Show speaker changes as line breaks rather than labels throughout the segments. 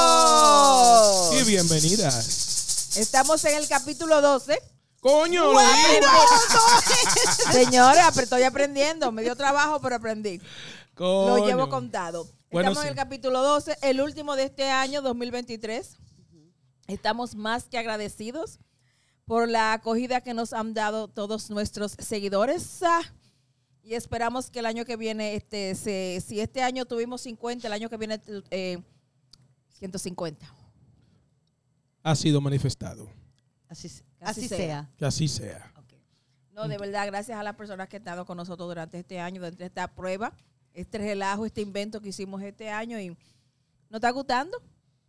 Bienvenidos.
Y bienvenidas.
Estamos en el capítulo 12.
Coño, lo digo.
Señores, ap- estoy aprendiendo. Me dio trabajo, pero aprendí.
Coño.
Lo llevo contado.
Bueno,
Estamos en
sí.
el capítulo 12, el último de este año 2023. Estamos más que agradecidos por la acogida que nos han dado todos nuestros seguidores. Ah, Y esperamos que el año que viene, este, se- si este año tuvimos 50, el año que viene eh, 150.
Ha sido manifestado.
Así, se-
Así
así
sea.
sea.
Que así sea.
No, de verdad, gracias a las personas que han estado con nosotros durante este año, durante esta prueba, este relajo, este invento que hicimos este año y nos está gustando.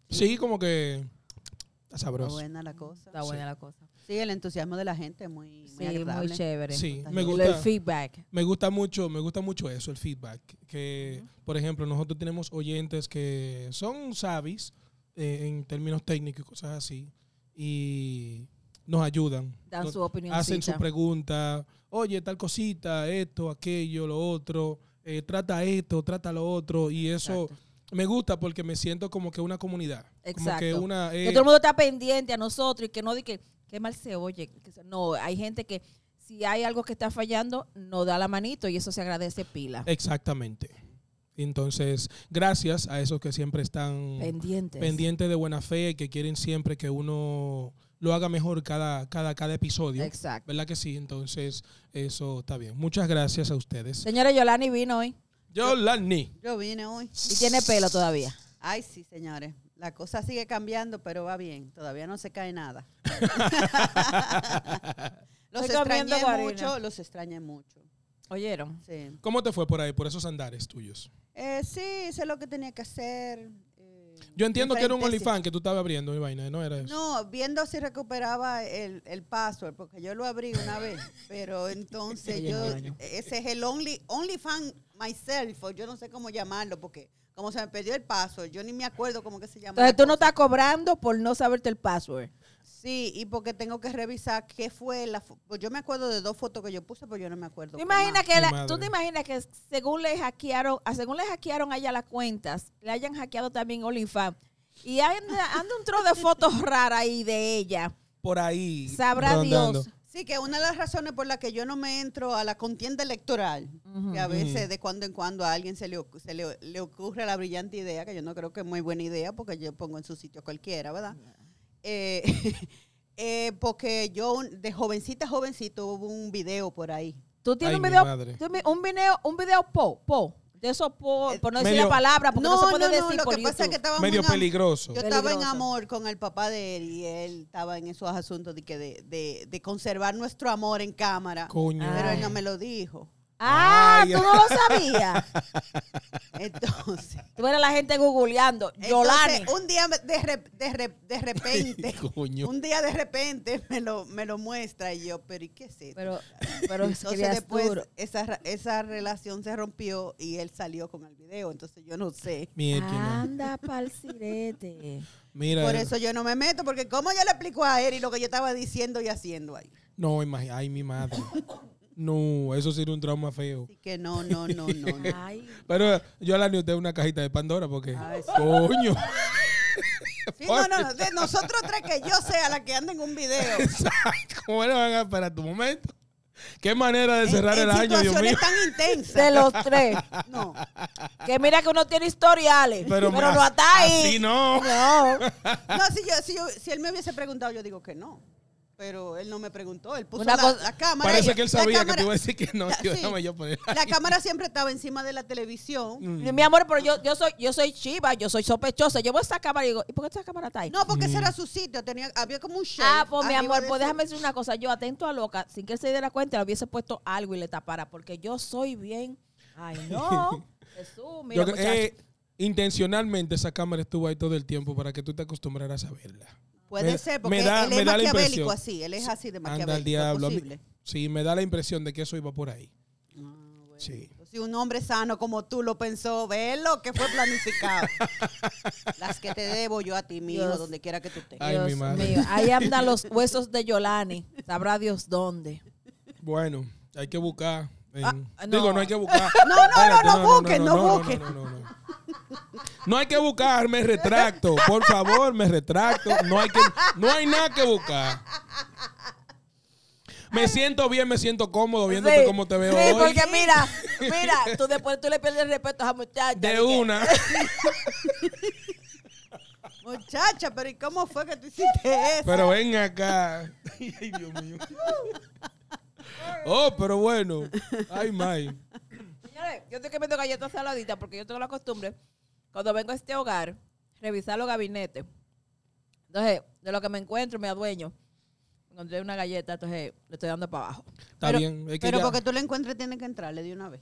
Sí, como que está
Está
sabroso.
buena la cosa.
Está buena la cosa.
Sí, el entusiasmo de la gente es muy, muy
Sí, muy
agradable.
chévere.
Sí,
Está
me
bien.
El
gusta.
feedback.
Me gusta mucho, me gusta mucho eso, el feedback. Que, por ejemplo, nosotros tenemos oyentes que son sabis eh, en términos técnicos y cosas así. Y nos ayudan.
Dan
Nos-
su opinión.
hacen su pregunta. Oye, tal cosita, esto, aquello, lo otro. eh, trata esto, trata lo otro. Y eso
Exacto.
me gusta porque me siento como que una comunidad. Como que
Exacto.
una.
Que
eh,
todo el mundo está pendiente a nosotros y que no di que, qué mal se oye. que se- No, hay gente que si hay algo que está fallando, nos da la manito y eso se agradece pila.
Eh, Exactamente. Entonces, gracias a esos que siempre están pendientes,
Pendientes.
de buena fe y que quieren siempre que uno lo haga mejor cada, cada, cada episodio.
Exacto.
¿Verdad que sí? Entonces, eso está bien. Muchas gracias a ustedes.
Señora Yolani vino hoy
Yolani.
Yo vine hoy.
y tiene pelo todavía.
Ay, sí, señores. La cosa sigue cambiando, pero va bien. Todavía no se cae nada. los
Estoy comiendo
extrañé
guarina.
mucho, los extrañé mucho.
¿Oyeron?
Sí.
¿Cómo te fue por ahí, por esos andares tuyos?
Eh, sí, hice lo que tenía que hacer. eh,
Yo entiendo que era un
diferentes-
OnlyFans que tú estabas abriendo, mi vaina, ¿no era eso?
No, viendo si recuperaba el, el password, porque yo lo abrí una vez, pero entonces
Ella
yo,
no dañó.
ese es el only, only fan myself, o yo no sé cómo llamarlo, porque como se me perdió el password, yo ni me acuerdo cómo que se llama.
Entonces
la
tú no
cosa.
estás cobrando por no saberte el password.
Sí, y porque tengo que revisar qué fue la fo- pues yo me acuerdo de dos fotos que yo puse, pero yo no me acuerdo.
¿Tú,
qué
imaginas
más.
que
Mi
la-
madre.
¿Tú te imaginas que según le hackearon, a según le hackearon allá las cuentas, le hayan hackeado también OnlyFans? Y anda, anda un tro de fotos raras ahí de ella.
Por ahí.
Sabrá
rondando.
Dios.
Sí, que una de las razones por las que yo no me entro a la contienda electoral, que a veces de cuando en cuando a alguien se, le, ocu- se le, le ocurre la brillante idea, que yo no creo que es muy buena idea, porque yo pongo en su sitio cualquiera, ¿verdad? Eh, eh, porque yo un- de jovencita a jovencito hubo un video por ahí.
Tú tienes
Ay,
un
mi
video,
madre.
tú mi- un video, un video po, po, de esos
Eh,
po, por no decir
medio-
la palabra, Ah, porque no, se puede decir
lo
por
que pasa es que
YouTube.
estaba
Medio
muy am-
peligroso.
Yo estaba en
Peligroso.
amor con el papá de él y él estaba en esos asuntos de, que de, de- de conservar nuestro amor en cámara.
Coño.
Pero
Ay.
él no me lo dijo.
Ah,
Ay.
tú no lo sabías.
Entonces,
tú eras la gente googleando. Yolani.
entonces, un día me- de, rep- de rep- de repente,
Coño.
un día de repente me lo, me lo muestra y yo, pero ¿y qué es esto?
Pero, pero
Entonces
escribías
después
duro.
esa, ra- esa relación se rompió y él salió con el video, entonces yo no sé.
Mierda.
Anda pa'l sirete.
Mira.
Por
eh,
eso yo no me meto, porque ¿cómo yo le explico a él y lo que yo estaba diciendo y haciendo ahí?
No, imagínate. Ay, mi madre. No, eso sería un trauma feo.
Así que no, no, no, no. no.
Ay,
Pero eh, yo la usted una cajita de Pandora porque.
Ah,
Coño.
Sí, no, no, no, de nosotros tres que yo sea la que anda en un video.
¿Cómo le van a esperar tu momento? Qué manera de
En-
cerrar
en
el año, Dios mío.
situaciones tan intensas.
de los tres.
No,
Que mira que uno tiene historiales, pero,
mira,
no hasta
Así
ahí.
no.
No.
no si, yo, si, yo- si él me hubiese preguntado, yo digo que no. Pero él no me preguntó, él puso
Una
la,
cosa-
la cámara.
Parece
y-
que él
la
sabía que
cámara-
te iba a decir que no.
la-
Tío,
sí.
déjame yo poner.
La cámara siempre estaba encima de la
Mm.
televisión.
Mi amor, pero yo, yo soy yo soy chiva, yo soy sospechosa. Yo voy a esa cámara y digo, ¿y por qué esta cámara está ahí?
No, porque ese
Mm.
era su sitio, tenía, había como un shelf
ah, pues mi
arriba
amor,
de
pues
su-
déjame decir una cosa. Yo atento a loca, sin que él se diera cuenta, le hubiese puesto algo y le tapara, porque yo soy bien. Ay, no. Jesús, mira,
Yo creo-
muchacho.
eh, intencionalmente esa cámara estuvo ahí todo el tiempo para que tú te acostumbraras a verla.
Puede
me-
ser,
me
porque
da-
él
me
es
da la
maquiavélico
impresión.
así, él es así de maquiavélico.
Anda el diablo. A mí-
posible.
Sí, me da la impresión de que eso iba por ahí.
Ah, bueno.
Sí.
Si un hombre sano como tú lo pensó, ve lo que fue planificado. Las que te debo yo a ti, mi hijo,
Dios.
donde quiera que tú estés.
Ay, mi
Dios
madre.
mío, ahí andan los huesos de Yolani. Sabrá Dios dónde.
Bueno, hay que buscar. en-
Ah, no.
Digo, no hay que buscar.
No, no, no, no
Espérate,
busquen, no
no, no,
busquen.
No, no, no, no. No hay que buscar, me retracto. Por favor, me retracto. No hay, que, no hay nada que buscar. Me siento bien, me siento cómodo viéndote
Sí,
cómo te veo
sí,
hoy.
porque mira, mira, tú después tú le pierdes el respeto a esa muchacha.
De
dije,
una.
Muchacha, pero ¿y cómo fue que tú hiciste eso?
Pero ven acá. Ay, Dios mío. Oh, pero bueno. Ay, May.
Señores, yo estoy comiendo galletas saladitas porque yo tengo la costumbre, cuando vengo a este hogar, revisar los gabinetes. Entonces, de lo que me encuentro, me adueño. Encontré una galleta, entonces le estoy dando para abajo.
Está
Pero-
bien. Es que
Pero
ya-
porque tú lo encuentres, tienes que entrarle de una vez.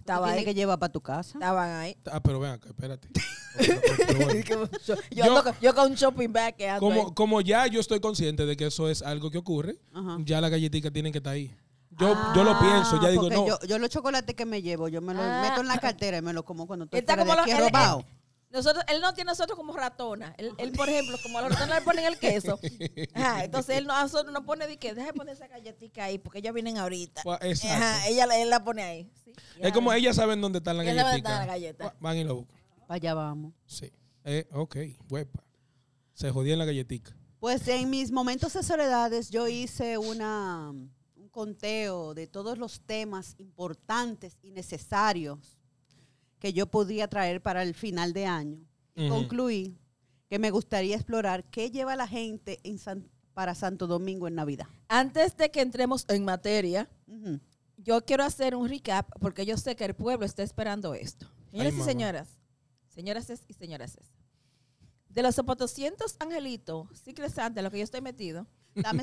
Estaba
Tiene
ahí,
que llevar para tu casa.
estaban ahí.
Ah, pero ven acá, espérate. Pero- pero bueno.
Yo,
Yo-
ando con- yo con un shopping bag que ando.
Como, como ya yo estoy consciente de que eso es algo que ocurre,
Ajá.
ya la galletita tiene que estar ahí. Yo, yo lo pienso, ya
Ah,
digo,
porque
no.
Yo, yo los chocolates que me llevo, yo me los
Ah.
meto en la cartera y me los como cuando estoy
Está
fuera de
como
aquí
los- él-
robado.
él- Nosotros, él no tiene a nosotros como ratona. Él, él, por ejemplo, como a los ratones le ponen el queso. Ajá, entonces él no, a nosotros nos pone de que, deja de poner esa galletita ahí, porque ellas vienen ahorita.
Pues, exacto.
Ajá, ella, la- él la pone ahí. Sí, ya.
Es como ellas saben dónde están las
Ellas saben dónde
galletitas.
están las galletas.
Van y lo buscan.
Allá vamos.
Sí. Eh, ok, huepa. Se jodían la galletica.
Pues en mis momentos de soledades yo hice una, un conteo de todos los temas importantes y necesarios que yo podía traer para el final de año. Y
Ujú.
Concluí que me gustaría explorar qué lleva la gente en San- para Santo Domingo en Navidad.
Antes de que entremos en materia,
Ujú.
yo quiero hacer un recap, porque yo sé que el pueblo está esperando esto. Señores y
mamá.
señoras, señoras y señoras. De los sopotocientos angelitos, sí que antes, lo que yo estoy metido,
Dame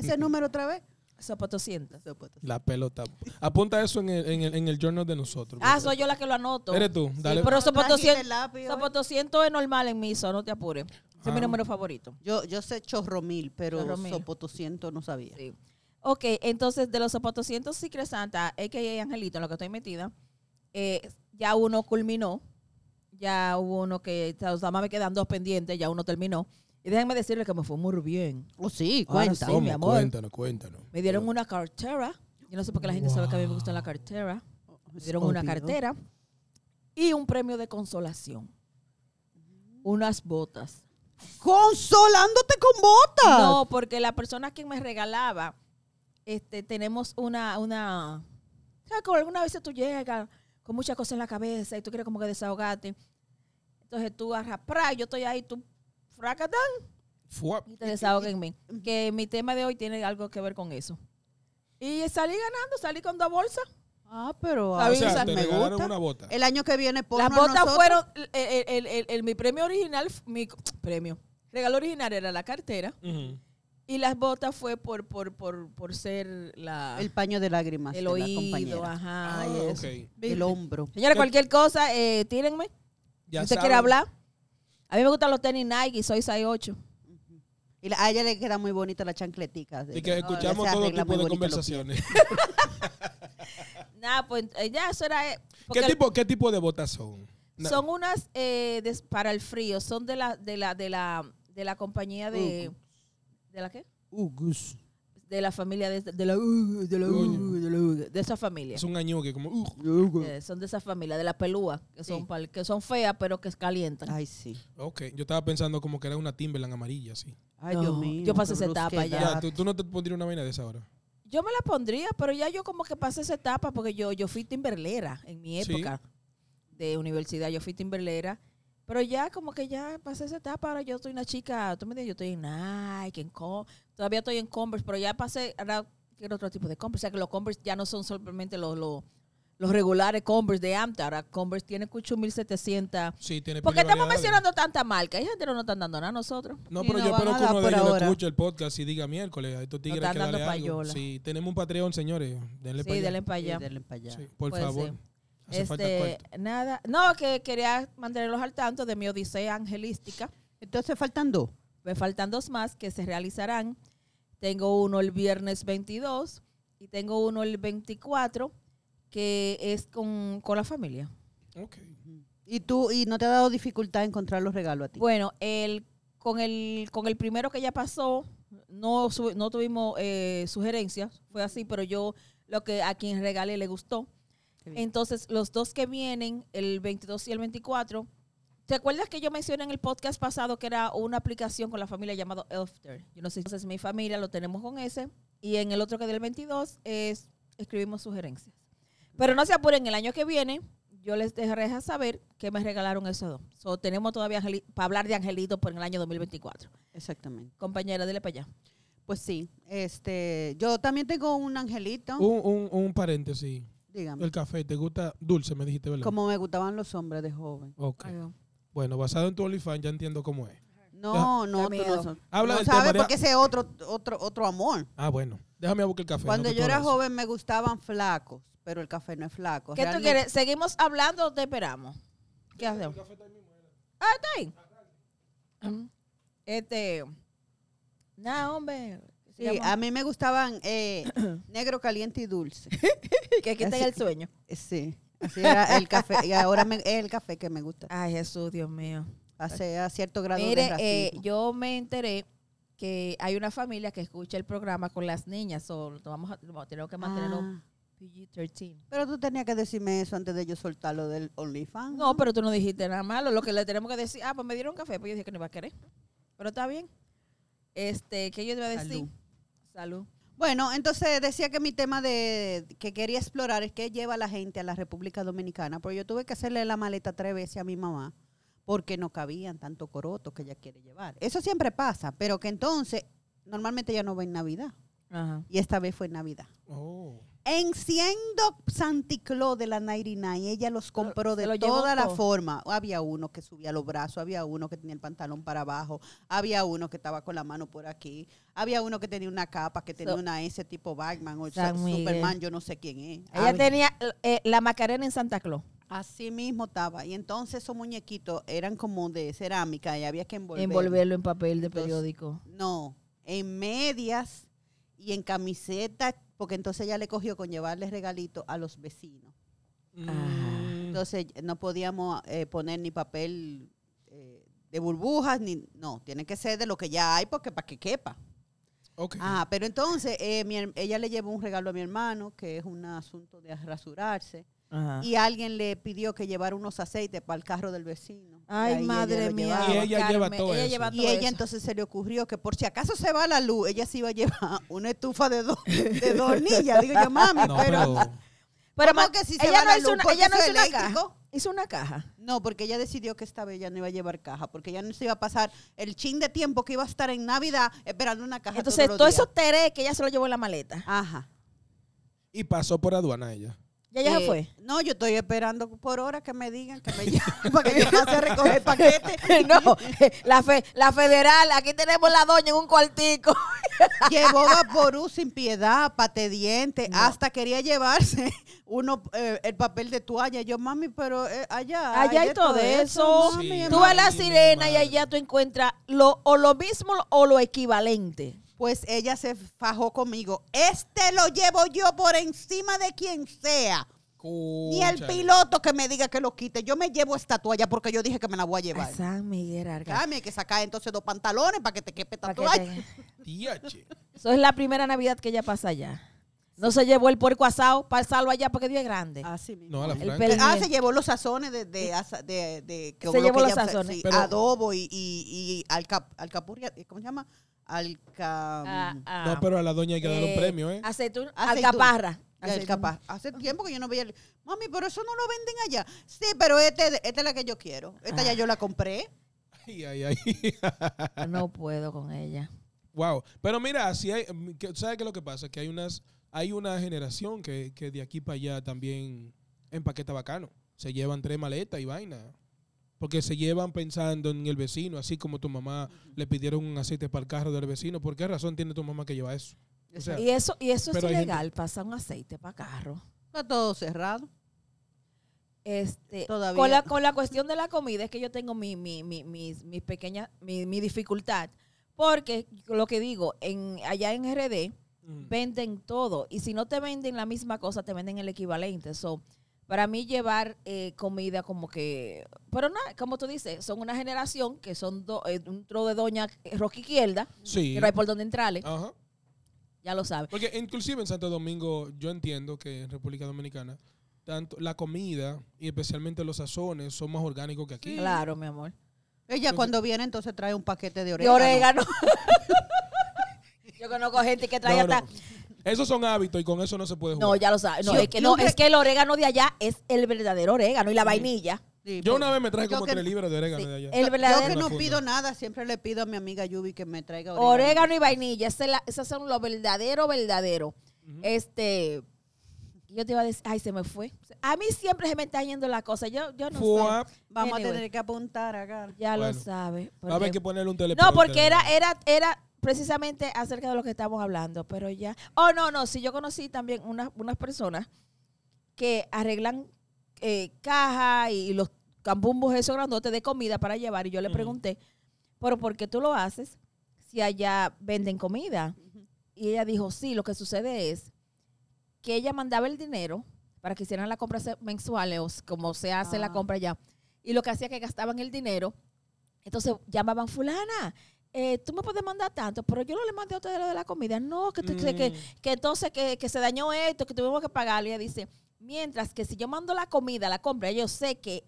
ese número otra vez.
sopotocientos.
La pelota. Apunta eso en el, en el, en el journal de nosotros.
Ah, soy yo la que lo anoto.
Eres tú. Dale.
pero
No
sopo
trajiste
200,
el lápiz hoy.
sopo 200 es normal en mi no te apures. Ese es mi
Ah.
número favorito.
Yo, yo sé chorromil, pero
Chorromil.
sopotociento no sabía.
Sí. Ok, entonces de los zapatocientos Secret Santa, a.k.a. Angelito, en lo que estoy metida, eh, ya uno culminó. Ya hubo uno que, o sea, más me quedan dos pendientes, ya uno terminó. Y déjenme decirles que me fue muy bien.
Oh, sí,
Ahora
cuenta.
sí. mi amor.
Cuéntanos, cuéntanos.
Me dieron una cartera. Yo no sé por qué la gente sabe que a mí me gusta la cartera. Me dieron una
Pues Obvio.
cartera y un premio de consolación. Unas botas.
Consolándote con botas.
No, porque la persona que me regalaba, este, tenemos una, una, ¿sabes? Como alguna vez tú llegas con muchas cosas en la cabeza y tú quieres como que desahogarte. Entonces tú arrapras, yo estoy ahí, tú fracatán
Fua-
y te desahogas en mí. Que mi tema de hoy tiene algo que ver con eso. Y salí ganando, salí con dos bolsas.
Ah, pero
Está
ah,
O
bien,
o sea,
sea,
Avisas,
te
me
regalaron
gusta.
una bota.
El año que viene por
Las botas fueron, el, el- el- el- mi premio original, mi premio, regalo original era la cartera.
Ujú.
Y las botas fue por, por, por, por ser la...
el paño de lágrimas
el
de la
oído,
compañera.
ajá.
Ah,
y eso.
ok.
El hombro.
Señores, cualquier cosa, eh, tírenme.
Ya
si usted
saben.
quiere hablar. A mí me gustan los tenis Nike, soy 6'8".
Y la- a ella le queda muy bonita la chancletica.
Y que escuchamos
se
todo
arregla
tipo
muy
de
bonito los
conversaciones.
Nada, pues eh, ya eso era... eh,
¿Qué
porque
tipo, ¿Qué tipo de botas son? Na-
Son unas eh, des- para el frío, son de la, de la, de la, de la compañía de... ¿De la qué?
Uh, Ugus.
De la familia de, de la... uh, de la, uh, de la, uh, de esa familia.
Es un añuque, como. uh,
Eh, son de esa familia, de la pelúa, que son,
Sí.
pal- que son feas pero que calientan.
Ay, sí.
ok, yo estaba pensando como que era una Timberland amarilla, sí.
Ay,
No,
Dios mío.
yo pasé esa
qué
etapa ya.
Ya,
brusquedad.
¿tú, tú no te pondrías una vaina de esa hora.
Yo me la pondría, pero ya yo como que pasé esa etapa porque yo, yo fui timberlera en mi
Sí.
época de universidad, yo fui timberlera. Pero ya como que ya pasé esa etapa, ahora yo estoy una chica, tú me dices, yo estoy en Nike, en Con- todavía estoy en Converse, pero ya pasé, ahora quiero otro tipo de Converse, o sea que los Converse ya no son solamente los, los, los regulares Converse de AMTA, ahora Converse tiene 8700.
Sí, tiene
¿Por qué
pila de
estamos
variedades.
mencionando tanta marca? Esa gente no nos están dando nada a nosotros.
No,
Y
pero
no
yo
van
espero
a
que
dar
uno de
por
ellos no
ahora.
escuche el podcast y diga miércoles. A estos tigres hay
están
que
dando
darle algo.
payola.
Sí, tenemos un Patreon, señores. Denle
sí,
pa' allá.
denle para allá.
Sí, denle pa' allá.
Sí, por
Puede
favor.
ser.
Hace falta
este,
cuarto.
nada, no, que quería mantenerlos al tanto de mi odisea angelística.
Entonces faltan dos.
Me faltan dos más que se realizarán. Tengo uno el viernes 22 y tengo uno el 24 que es con, con la familia.
Ok.
Y tú, y no te ha dado dificultad encontrar los regalos a ti.
Bueno, el, con, el, con el primero que ya pasó, no, su- no tuvimos eh, sugerencias, fue así, pero yo lo que a quien regalé le gustó.
Qué bien.
Entonces, los dos que vienen, el 22 y el 24, ¿Te acuerdas que yo mencioné en el podcast pasado que era una aplicación con la familia llamada Elfter? Yo no sé si es mi familia, lo tenemos con ese. Y en el otro que del 22 es, escribimos sugerencias. Pero no se apuren, el año que viene yo les dejaré saber que me regalaron esos dos. So, tenemos todavía para hablar de angelitos por el año 2024.
Exactamente.
Compañera, dile para allá.
Pues sí, este, yo también tengo un angelito.
Un, un, un paréntesis.
Dígame.
Uh, El café, ¿te gusta dulce? Me dijiste, ¿verdad?
Ah. Como me gustaban los hombres de joven.
Ok. Bueno, basado en tu OnlyFans ya entiendo cómo es.
No, no, tú
Qué
no,
miedo.
son-
Ah, Habla
no
del
sabes
tema,
porque ese es otro, otro, otro amor.
Ah, bueno. Déjame buscar el café.
Cuando
no te
yo era
torres.
joven me gustaban flacos, pero el café no es flaco.
¿Qué tú
Pues Realmente-
quieres? ¿Seguimos hablando o te esperamos? ¿Qué hacemos? Ah, está ahí. Ujú. Este. Nada, hombre.
Sí, a mí me gustaban eh, negro, caliente y dulce.
que aquí está en el sueño.
Eh, Sí, así era el café. Y ahora me- es el café que me gusta.
Ay, Jesús, Dios mío.
Hace a cierto grado de
Mire, eh,
racismo.
yo me enteré que hay una familia que escucha el programa con las niñas. o lo vamos a, lo tenemos que mantenerlo
Ah,
PG-13.
pero tú tenías que decirme eso antes de yo soltarlo del OnlyFans.
No, pero tú no dijiste nada malo. Lo que le tenemos que decir, ah, pues me dieron café, pues yo dije que no iba a querer. Pero está bien. Este, ¿qué yo te iba a decir?
Salud.
Salud.
Bueno, entonces decía que mi tema de que quería explorar es qué lleva a la gente a la República Dominicana, pero yo tuve que hacerle la maleta tres veces a mi mamá porque no cabían tanto coroto que ella quiere llevar. Eso siempre pasa, pero que entonces normalmente ya no va en Navidad
Ajá.
y esta vez fue en Navidad.
Oh.
Enciendo Santicló de la 99, ella los compró
se
de
lo llevó
toda la
todo.
forma. Había uno que subía los brazos, había uno que tenía el pantalón para abajo, había uno que estaba con la mano por aquí, había uno que tenía una capa, que tenía
So-
una S tipo Batman o
San
Su-
Miguel.
Superman, yo no sé quién es.
Ella
Había-
tenía eh, la Macarena en Santa Claus.
Así mismo estaba. Y entonces esos muñequitos eran como de cerámica y había que envolver.
Envolverlo en papel de
Entonces,
periódico.
No, en medias y en camisetas, porque entonces ella le cogió con llevarle regalitos a los vecinos.
Mm.
Entonces no podíamos eh, poner ni papel eh, de burbujas, ni no, tiene que ser de lo que ya hay porque para que quepa.
Ok.
Ah, pero entonces eh, mi her- ella le llevó un regalo a mi hermano, que es un asunto de rasurarse,
Ajá.
y alguien le pidió que llevara unos aceites para el carro del vecino. Y ahí
Ay,
ella
madre
lo
mía.
llevaba.
Y ella lleva
Carmen,
todo
ella
eso.
lleva todo
Y ella
eso.
entonces se le ocurrió que por si acaso se va la luz, ella se iba a llevar una estufa de dos, de dos hornillas. Digo yo, mami,
No, pero.
pero,
Pero
¿cómo
ma-
que si se
ella
va
no
la
hizo
luz?
una,
Porque
ella no
eso
hizo
es
una caja.
eléctrico.
Hizo una caja.
No, porque ella decidió que esta vez ya no iba a llevar caja, porque ya no se iba a pasar el chin de tiempo que iba a estar en Navidad esperando una caja.
Entonces,
todos los
todo
días.
eso teré que ella se lo llevó en la maleta.
Ajá.
Y pasó por aduana ella.
Ya ella se
Eh,
fue.
No, yo estoy esperando por hora que me digan que me llamen para que yo pase a recoger el paquete.
no, la, fe, la federal, aquí tenemos la doña en un cuartico.
Llevó vaporú sin piedad, pate diente, hasta quería llevarse uno eh, el papel de toalla. Yo, mami, pero eh, allá,
Allá hay todo eso.
mami,
Sí.
Tú
hermano".
vas a la
mi
sirena y
madre.
allá tú encuentras lo, o lo mismo o lo equivalente.
Pues ella se fajó conmigo. Este lo llevo yo por encima de quien sea. Ni el
Cónchale.
piloto que me diga que lo quite. Yo me llevo esta toalla porque yo dije que me la voy a llevar.
A San Miguel Arga.
Cami, hay que sacar entonces dos pantalones para que te quepe esta
Pa' que
toalla.
te-
Diache.
Eso es la primera Navidad que ella pasa allá. No se llevó el puerco asado, pasarlo allá porque Dios es grande.
Así mismo.
No, a la
El
franca.
pelo.
ah, se llevó los sazones de, de, asa- de, de- que
Se
lo
llevó
que
los
ya-
sazones.
sí,
Pero-
adobo y, y, y alca- alcapurria, ¿cómo se llama? Alca,
Ah, ah,
No, pero a la doña hay que darle un
eh,
premio, ¿eh?
Aceituna,
Aceituna.
alcaparra.
alcapar. Hace tiempo que yo no veía. el- Mami, pero eso no lo venden allá. Sí, pero este- esta es la que yo quiero. Esta
Ah.
ya yo la compré.
Ay, ay, ay.
Aceituna. Ah, No puedo con ella.
Wow. Pero mira, si hay, mm, que- ¿sabes qué es lo que pasa? Que hay unas, hay una generación que, que de aquí para allá también empaqueta bacano. Se llevan tres maletas y vaina. Porque se llevan pensando en el vecino, así como tu mamá le pidieron un aceite para el carro del vecino. ¿Por qué razón tiene tu mamá que lleva eso? O sea,
Y eso, y eso es
Pero hay gente-
ilegal, pasa un aceite para carro.
Está todo cerrado.
Este,
Todavía.
Con, la, con la cuestión de la comida es que yo tengo mi, mi, mi, mis, mis pequeñas, mi, mi dificultad. Porque lo que digo, en, allá en RD
mm.
venden todo. Y si no te venden la misma cosa, te venden el equivalente. So, para mí llevar eh, comida como que... Pero no, como tú dices, son una generación que son do- eh, un tro de doña eh, roquiquierda,
sí.
que no hay por dónde entrarle,
Ajá.
ya lo sabes.
Porque inclusive en Santo Domingo, yo entiendo que en República Dominicana tanto la comida y especialmente los sazones son más orgánicos que aquí.
Claro, mi amor.
Ella cuando viene entonces trae un paquete de
Y
orégano.
orégano. Yo conozco gente que trae
No, no.
hasta.
Esos son hábitos y con eso no se puede jugar.
No, ya lo sabes. No,
Yo-
es que,
yo
no,
re-
es que el orégano de allá es el verdadero orégano y la vainilla.
Sí,
Yo
por-
una vez me traje
Yo
como
que-
tres libras de orégano
Sí, eh,
de allá.
el
Yo
verdadero
que
Una
no
funda.
pido nada, siempre le pido a mi amiga Yubi que me traiga orégano.
orégano y vainilla. esa es la- Esas son lo verdadero, verdadero. Este. Yo te iba a decir, ay, se me fue. A mí siempre se me está yendo la cosa. Yo, yo no
Fua,
sé.
Vamos
Anyway,
a tener que apuntar acá.
Ya lo
Bueno.
sabes.
va a haber que ponerle un teléfono.
No, porque era, era, era precisamente acerca de lo que estamos hablando, pero ya. Oh, no, no, sí, yo conocí también unas, unas personas que arreglan eh, cajas y, los cambumbos esos grandotes de comida para llevar. Y yo le
Ujú.
pregunté, pero ¿por qué tú lo haces si allá venden comida? Y ella dijo, sí, lo que sucede es que ella mandaba el dinero para que hicieran las compras mensuales, o s- como se hace la
Ah.
compra allá. Y lo que hacía es que gastaban el dinero. Entonces llamaban, fulana, eh, tú me puedes mandar tanto, pero yo no le mandé a ustedes lo de la comida. No, que, tú- que- que,
Mm,
que entonces que, que se dañó esto, que tuvimos que pagarlo. Y ella dice, mientras que si yo mando la comida, la compra, yo sé que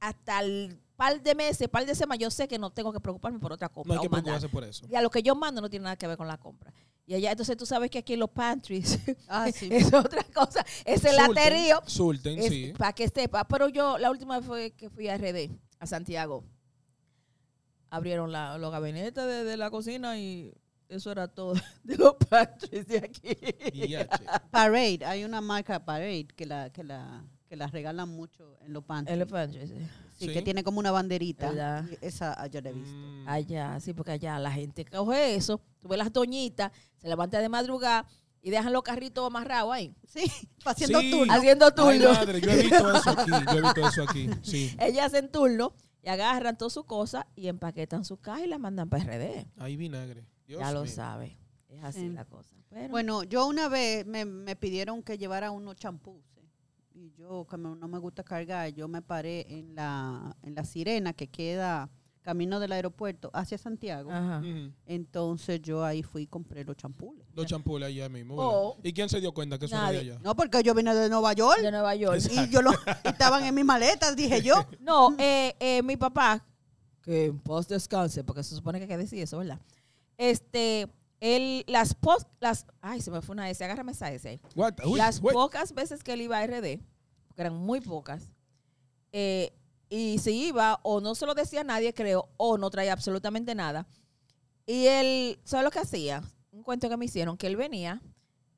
hasta el par de meses, par de semanas, yo sé que no tengo que preocuparme por otra
No
compra.
hay que
o mandar.
preocuparse por eso.
Y a lo que yo mando no tiene nada que ver con la compra. Y allá, entonces tú sabes que aquí los pantries
Ah, sí.
es otra cosa, es el
Surten,
laterío
Surten, sí.
para que sepa. Pero yo, la última vez fue que fui a RD, a Santiago, abrieron la, los gabinetes de, de la cocina y eso era todo de los pantries de aquí.
Y ya, che.
Parade, hay una marca Parade que la que la que la regalan mucho en los pantries.
El pantry, sí.
Sí,
Sí.
que tiene como una banderita.
¿Verdad?
Y Esa yo la he visto.
Mm.
Allá, sí, porque allá la gente coge eso, tú ves las doñitas, se levanta de madrugada y dejan los carritos amarrados ahí,
Sí, haciendo
Sí.
turno.
haciendo
Ay,
turno.
madre, yo he visto eso aquí. Yo he visto eso aquí. Sí.
Ellas hacen turno y agarran todas sus cosas y empaquetan sus cajas y las mandan para RD.
Hay vinagre. Dios
ya lo
mío.
sabe. Es así
Sí.
la cosa. Pero,
Bueno, yo una vez me, me pidieron que llevara unos champús. eh, Y yo, que me- no me gusta cargar, yo me paré en la, en la sirena que queda camino del aeropuerto hacia Santiago.
ajá.
Ujú.
Entonces yo ahí fui y compré los champules.
Dos champules allá mismo.
Oh.
¿verdad? ¿Y quién se dio cuenta que eso era de
Nadie.
allá?
No, porque yo vine de Nueva York
de Nueva York.
Exacto.
y yo lo, y estaban en mis maletas, dije yo.
No, eh, eh, mi papá, que en paz descanse, porque se supone que hay que decir eso, ¿verdad? Este, él, las pos, las, ay, se me fue una S, agárrame esa S ahí.
What? Uy,
las
wait.
pocas veces que él iba a RD, porque eran muy pocas, eh, y si iba o no se lo decía a nadie, creo, o no traía absolutamente nada. Y él, ¿sabes lo que hacía? Un cuento que me hicieron, que él venía,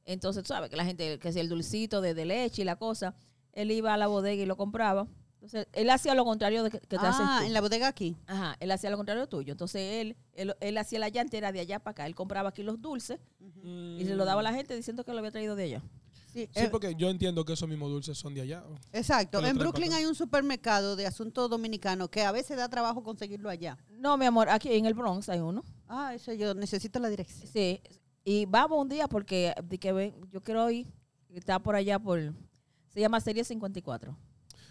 entonces, ¿sabes? Que la gente, que si el dulcito de, de leche y la cosa, él iba a la bodega y lo compraba. Entonces, él hacía lo contrario de que, que te haces
ah,
tú.
en la bodega aquí.
Ajá, él hacía lo contrario tuyo. Entonces, él, él, él hacía la llantera de allá para acá. Él compraba aquí los dulces y se lo daba a la gente diciendo que lo había traído de allá.
Sí,
Mm. Sí,
eh,
porque yo entiendo que esos mismos dulces son de allá.
exacto.
que lo
En
traen
Brooklyn
para acá.
hay un supermercado de asuntos dominicanos que a veces da trabajo conseguirlo allá.
No, mi amor, aquí en el Bronx hay uno.
Ah, eso yo necesito la dirección.
Sí. Y vamos un día porque de que ven- yo quiero ir. Está por allá por... Se llama Serie 54.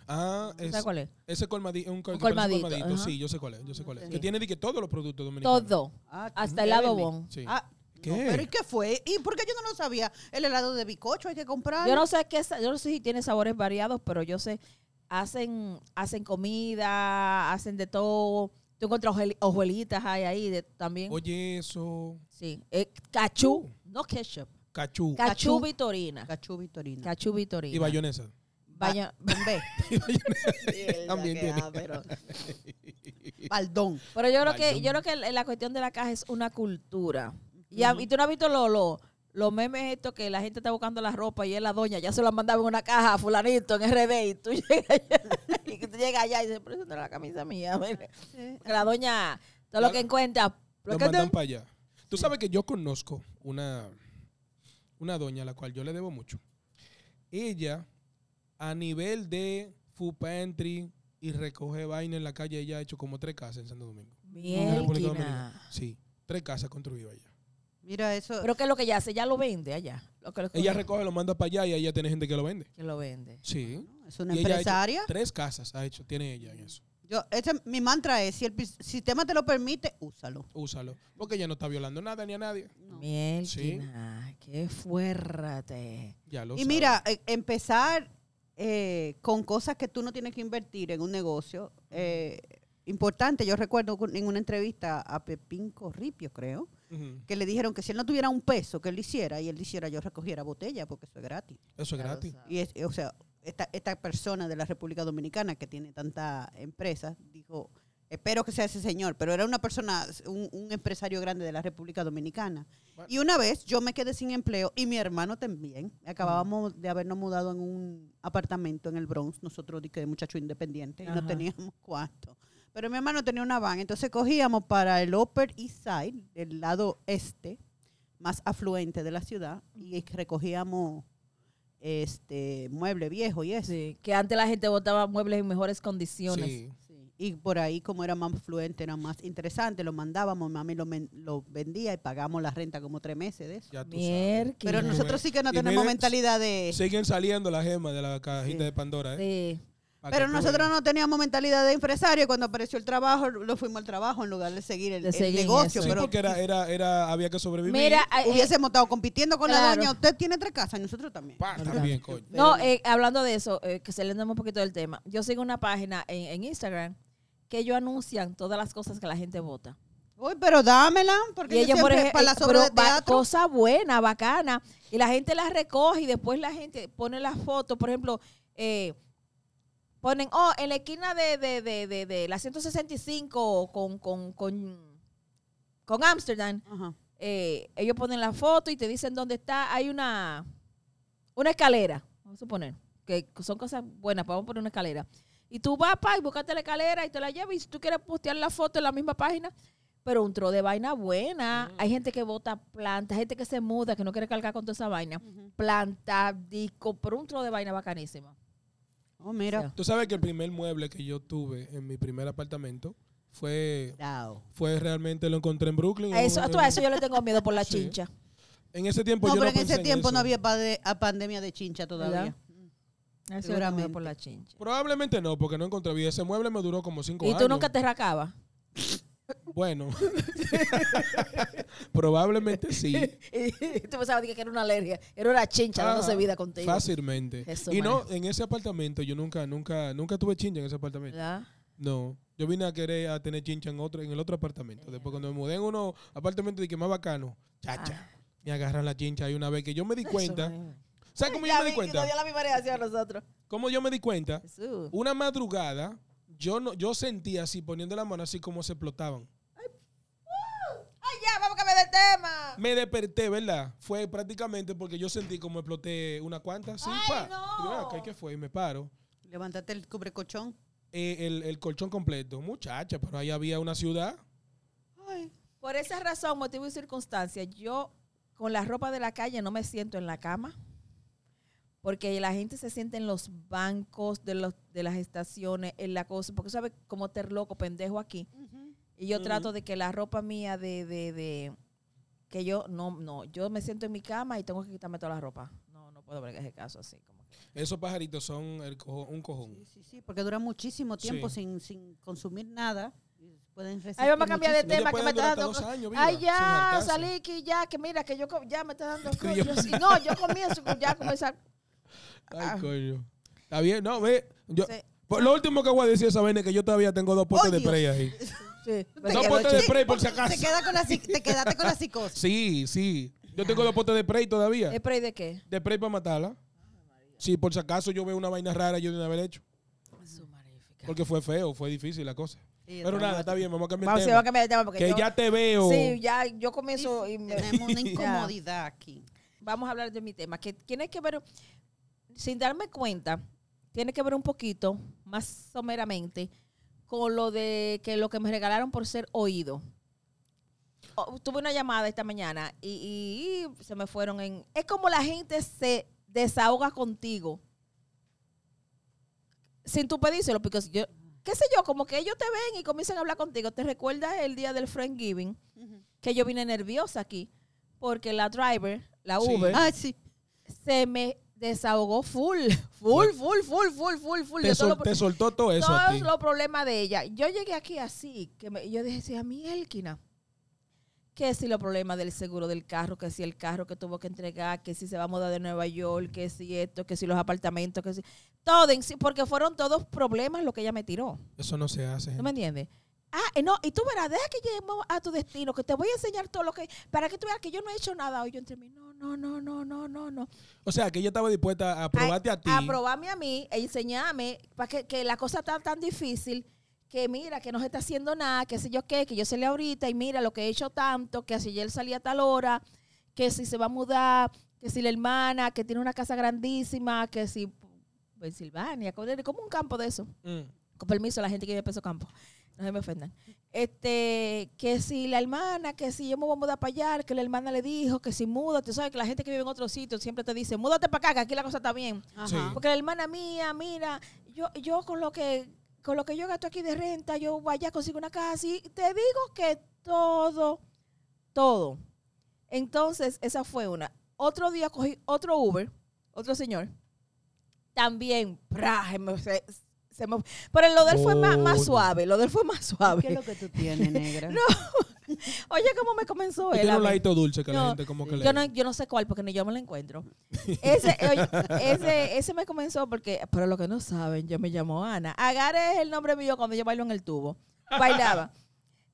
Ah,
¿Tú
es,
¿Sabes cuál es?
ese colmadito. Un, col-
Un
que parece
colmadito, ajá.
Sí, yo sé cuál es. Yo sé cuál es.
Sí.
Que tiene de que todos los productos dominicanos.
Todo.
Ah,
Hasta el lado
chévere.
bon.
Sí.
Ah,
¿Qué?
no, pero ¿y qué fue? ¿Y por qué yo no lo sabía? El helado de bicocho hay que comprar.
Yo no sé qué... sa- Yo no sé si tiene sabores variados, pero yo sé... Hacen, hacen comida, hacen de todo. Tú encuentras ojel- hojuelitas ahí, ahí de- también.
Oye, Uh. eso.
Sí. Eh, cachú. No ketchup.
Cachú.
Cachú
Cachú.
Vitorina.
Cachú Vitorina.
Cachú Vitorina.
y bayonesa.
Vaya-
Bombé.
También tiene.
Baldón.
Pero yo creo
Ay,
que
yo-
yo creo que la- la cuestión de la caja es una cultura. Y, a- y tú no has visto los lo, los memes estos que la gente está buscando la ropa y es la doña, ya se la mandaba en una caja a fulanito en RD y tú llegas allá y, tú llegas allá y dices, pero eso no era la camisa mía. mira". Que La doña, todo lo que encuentra.
Lo mandan para allá. Tú sabes que yo conozco una, una doña a la cual yo le debo mucho. Ella, a nivel de food pantry y recoge vaina en la calle, ella ha hecho como tres casas en Santo Domingo. En la República Dominicana.
Mielquina.
Sí, tres casas construidas allá.
Mira eso.
Pero que es lo que ella hace, ya lo vende allá. Lo que, lo que-
Ella recoge, lo manda para allá y ella tiene gente que lo vende.
que lo vende.
Sí.
es una
Y ella ha hecho
empresaria.
Tres casas ha hecho, tiene ella en eso.
Yo, ese- mi mantra es, si el pis- sistema te lo permite, úsalo.
Úsalo. Porque ella no está violando nada ni a nadie. Mielquina,
Mielquina, qué fuerte.
Ya lo
Y
sabe.
mira, eh, empezar eh, con cosas que tú no tienes que invertir en un negocio. eh, importante, yo recuerdo cu- en una entrevista a Pepín Corripio, creo,
Ujú.
que le dijeron que si él no tuviera un peso que él hiciera y él hiciera, yo recogiera botella porque eso es gratis.
Eso es
Ya lo
gratis.
sabes.
Y es, o sea, esta, esta persona de la República Dominicana que tiene tanta empresa, dijo, espero que sea ese señor, pero era una persona, un, un empresario grande de la República Dominicana.
Bueno.
Y una vez yo me quedé sin empleo y mi hermano también. Acabábamos de habernos mudado en un apartamento en el Bronx, nosotros de que de muchacho independiente, y
Ajá.
no teníamos cuarto. Pero mi hermano tenía una van, entonces cogíamos para el Upper East Side, el lado este, más afluente de la ciudad, y recogíamos este mueble viejo y eso.
Sí, que antes la gente botaba muebles en mejores condiciones.
Sí.
Sí. Y por ahí, como era más fluente, era más interesante, lo mandábamos, mami lo, men- lo vendía y pagamos la renta como tres meses de eso.
Ya tú sabes.
Mierda.
Pero
Y
nosotros sí que no
y
tenemos
miren,
mentalidad de...
Siguen saliendo las gemas de la cajita
Sí.
de Pandora. ¿eh?
Sí.
Pa'
Pero
que tú
nosotros
veas.
no teníamos mentalidad de empresario. y Cuando apareció el trabajo, lo fuimos al trabajo en lugar de seguir el,
De
el
seguir eso.
negocio.
Sí,
Pero
porque era, era, era, había que sobrevivir.
Mira, eh, eh,
hubiésemos estado compitiendo con la
Claro.
doña. Usted tiene tres casas, nosotros también.
Pa, también, coño.
no, eh, hablando de eso, eh, que se le un poquito del tema. Yo sigo una página en, en Instagram que ellos anuncian todas las cosas que la gente vota.
Uy, pero dámela, porque
Y
yo
ella, por
siempre
ejemplo,
para las
pero
obras de
va-
teatro.
cosa buena, bacana. Y la gente las recoge y después la gente pone las fotos. Por ejemplo, eh, ponen, oh, en la esquina de, de, de, de, de la 165 con, con, con, con Amsterdam,
Ajá.
eh, ellos ponen la foto y te dicen dónde está. Hay una, una escalera, vamos a suponer, que son cosas buenas, pero vamos a poner una escalera. Y tú vas pa, y buscaste la escalera y te la llevas. Y si tú quieres postear la foto en la misma página, pero un tro de vaina
Mm.
buena. Hay gente que bota plantas, gente que se muda, que no quiere cargar con toda esa vaina. Planta, disco, pero un tro de vaina bacanísima.
Oh, mira.
Tú sabes que el primer mueble que yo tuve en mi primer apartamento fue,
Dao.
fue realmente lo encontré en Brooklyn.
A eso,
en,
a eso yo le tengo miedo por la
Sí.
chincha.
en ese tiempo Pues
no,
yo
pero
no
en
pensé
ese tiempo
eso.
no había pade- a pandemia de chincha
¿Verdad?
todavía.
A eso yo le tengo miedo
Seguramente.
por la chincha.
Probablemente no, porque no encontré vida. Ese mueble me duró como cinco
Y
años.
tú nunca te racabas.
Bueno. Probablemente sí.
Y tú pensabas que era una alergia, era una chincha
Ah,
dándose vida contigo.
Fácilmente.
Eso,
y no,
maestro.
en ese apartamento yo nunca, nunca, nunca tuve chincha en ese apartamento.
¿Verdad?
No. Yo vine a querer a tener chincha en otro, en el otro apartamento. Después cuando me mudé en uno apartamento de que más bacano, chacha. Me agarran la chincha y una vez que yo me di cuenta. ¿Sabes cómo yo me di cuenta?
la misma reacción a nosotros.
¿Cómo yo me di cuenta?
Jesús.
Una madrugada, yo no, yo sentía así poniendo la mano así como se explotaban.
¡Ay, ya! ¡Vamos a cambiar de tema!
Me desperté, ¿verdad? Fue prácticamente porque yo sentí como exploté una cuanta. Sí, pa. Y digo, "Ah, ¿qué- ¿Qué fue? Y me paro.
Levantaste el cubrecochón.
Eh, el, el colchón completo. Muchacha, pero ahí había una ciudad.
Por esa razón, motivo y circunstancia, yo con la ropa de la calle no me siento en la cama. Porque la gente se siente en los bancos de, los, de las estaciones, en la cosa. Porque sabes cómo te loco, pendejo aquí. Y yo trato de que la ropa mía de, de, de- que yo no, no, yo me siento en mi cama y tengo que quitarme toda la ropa. No, no puedo ver ese caso así. Como que-
Esos pajaritos son el cojo- un cojón.
Sí, sí, sí, porque dura muchísimo tiempo
Sí.
sin, sin consumir nada. y Pueden resistir
Ahí vamos a cambiar de
muchísimo.
tema que
Ellos
me
pueden
está
durar
dando.
hasta dos años, viva,
Ay,
sin
ya,
hartarse.
salí que ya, que mira, que yo co- ya me está dando. co-
yo-
yo sí- no, yo comienzo con- ya comenzar.
Ay,
Ah.
coño. Está bien, no, ve. Yo,
Sí.
por lo último que voy a decir esa vaina es que yo todavía tengo dos potes
Oh,
de
Dios.
spray ahí.
Sí, me
Dos
quedo
potes de
chica.
spray por si
Te,
acaso.
queda con la, psi- te quedaste con la psicosis.
Sí, sí. Yo tengo dos potes de spray todavía.
¿Spray de qué?
De spray para matarla. Si por si acaso yo veo una vaina rara, yo de haber hecho. Porque fue feo, fue difícil la cosa.
Sí,
Pero nada,
traumático.
está bien, vamos a cambiar
Vamos,
el
sí, vamos
tema.
a cambiar de tema porque
Que
yo-
ya te veo.
Sí, ya yo comienzo
Sí,
y me-
Tenemos una
Ya.
incomodidad aquí.
vamos a hablar de mi tema, que tiene que ver, sin darme cuenta, tiene que ver un poquito, más someramente, con lo de que lo que me regalaron por ser oído. O- tuve una llamada esta mañana y, y- y se me fueron en... Es como la gente se desahoga contigo. Sin tu pedírselo, porque yo, qué sé yo, como que ellos te ven y comienzan a hablar contigo. ¿Te recuerdas el día del Friendsgiving? Que yo vine nerviosa aquí porque la driver, la
Sí.
Uber,
Ah, sí.
se me desahogó full, full, full, full, full, full, full.
Te,
de todos
sol-
los-
te soltó todo eso a
todos
ti.
los problemas de ella. Yo llegué aquí así, que me- yo dije, sí, a mí, Elkina, que si los problemas del seguro del carro, que si el carro que tuvo que entregar, que si se va a mudar de Nueva York, que si esto, que si los apartamentos, que si... Todo, en sí, porque fueron todos problemas lo que ella me tiró.
Eso no se hace.
¿Tú me
gente.
entiendes? Ah, eh, no, y tú verás, deja que lleguemos a tu destino, que te voy a enseñar todo lo que... Para que tú veas que yo no he hecho nada hoy, yo entre mí, no, no, no, no, no, no, no.
O sea, que ella estaba dispuesta a probarte a ti.
Aprobarme a mí, e enseñarme, para que, que la cosa está tan difícil, que mira, que no se está haciendo nada, que sé yo qué, que yo salí ahorita y mira lo que he hecho tanto, que si él salía a tal hora, que si se va a mudar, que si la hermana, que tiene una casa grandísima, que si Pensilvania, como un campo de eso
Mm.
con permiso, la gente que vive en Peso Campo, no se me ofendan. Este, que si la hermana, que si yo me voy a mudar para allá, que la hermana le dijo, que si muda, tú sabes que la gente que vive en otro sitio siempre te dice, múdate para acá, que aquí la cosa está bien.
Ajá.
Sí.
Porque la hermana mía, mira, yo, yo con lo que con lo que yo gasto aquí de renta, yo voy allá consigo una casa y te digo que todo, todo. Entonces, esa fue una. Otro día cogí otro Uber, otro señor. También, ¡prá! se me- se- se me- pero lo de él fue más, más
Oh, no.
suave, lo de él fue más suave.
¿Qué es lo que tú tienes, negra?
No, Oye, cómo me comenzó
Tú
él.
tienes
a
un
mí.
ladito dulce que
No,
la gente como que le...
Yo no, yo no sé cuál, porque ni yo me lo encuentro. Ese, oye, ese, ese me comenzó porque, para los que no saben, yo me llamo Ana. Agar es el nombre mío cuando yo bailo en el tubo. Bailaba.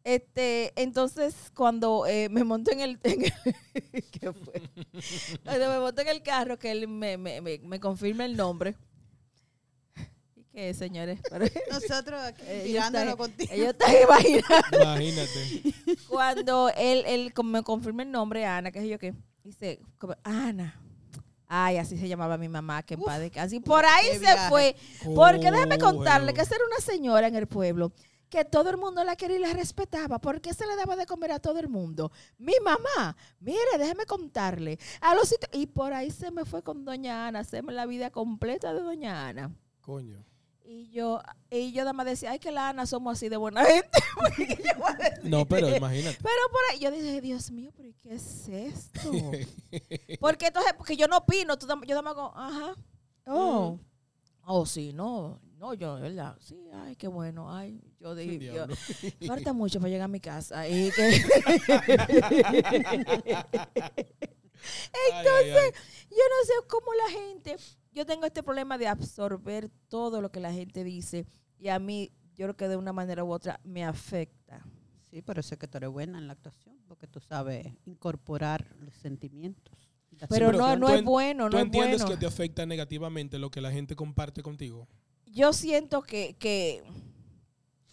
Este, entonces, cuando eh, me monté en el, en el- ¿qué fue? Cuando me monté en el carro, que él me, me, me, me confirma el nombre. ¿Y qué, señores? Pero-
Nosotros aquí
Ellos
tirándolo
están-
contigo.
ellos están imaginando
Imagínate.
cuando él, él com- me confirma el nombre, Ana, qué sé yo qué, dice, como, Ana. Ay, así se llamaba mi mamá, que en paz descanse. Así por ahí
qué
se
viaje.
fue. Porque déjame
Coño.
contarle que esa era una señora en el pueblo que todo el mundo la quería y la respetaba porque se le daba de comer a todo el mundo. Mi mamá, mire, déjeme contarle. A los sitios- y por ahí se me fue con doña Ana, se me la vida completa de doña Ana.
Coño.
Y yo, y yo nada más decía, ay, que la Ana somos así de buena gente. porque yo voy a decir-
No, pero imagínate.
pero por ahí, yo dije, Dios mío, pero ¿y ¿qué es esto? porque entonces, porque yo no opino, tú, tam- yo tampoco, ajá. Oh. Oh, sí, no. No, yo, ¿verdad? Sí, ay, qué bueno. Ay, yo dije, yo-
Diablo.
falta mucho para llegar a mi casa. Y que-
Entonces...
Yo no sé cómo la gente, yo tengo este problema de absorber todo lo que la gente dice y a mí, yo creo que de una manera u otra me afecta.
Sí, pero sé que tú eres buena en la actuación, porque tú sabes incorporar los sentimientos. y las
Pero
pero
no,
tú-
no
tú
es
en-
bueno,
¿Tú
no es
entiendes
bueno.
que te afecta negativamente lo que la gente comparte contigo?
yo siento que, que,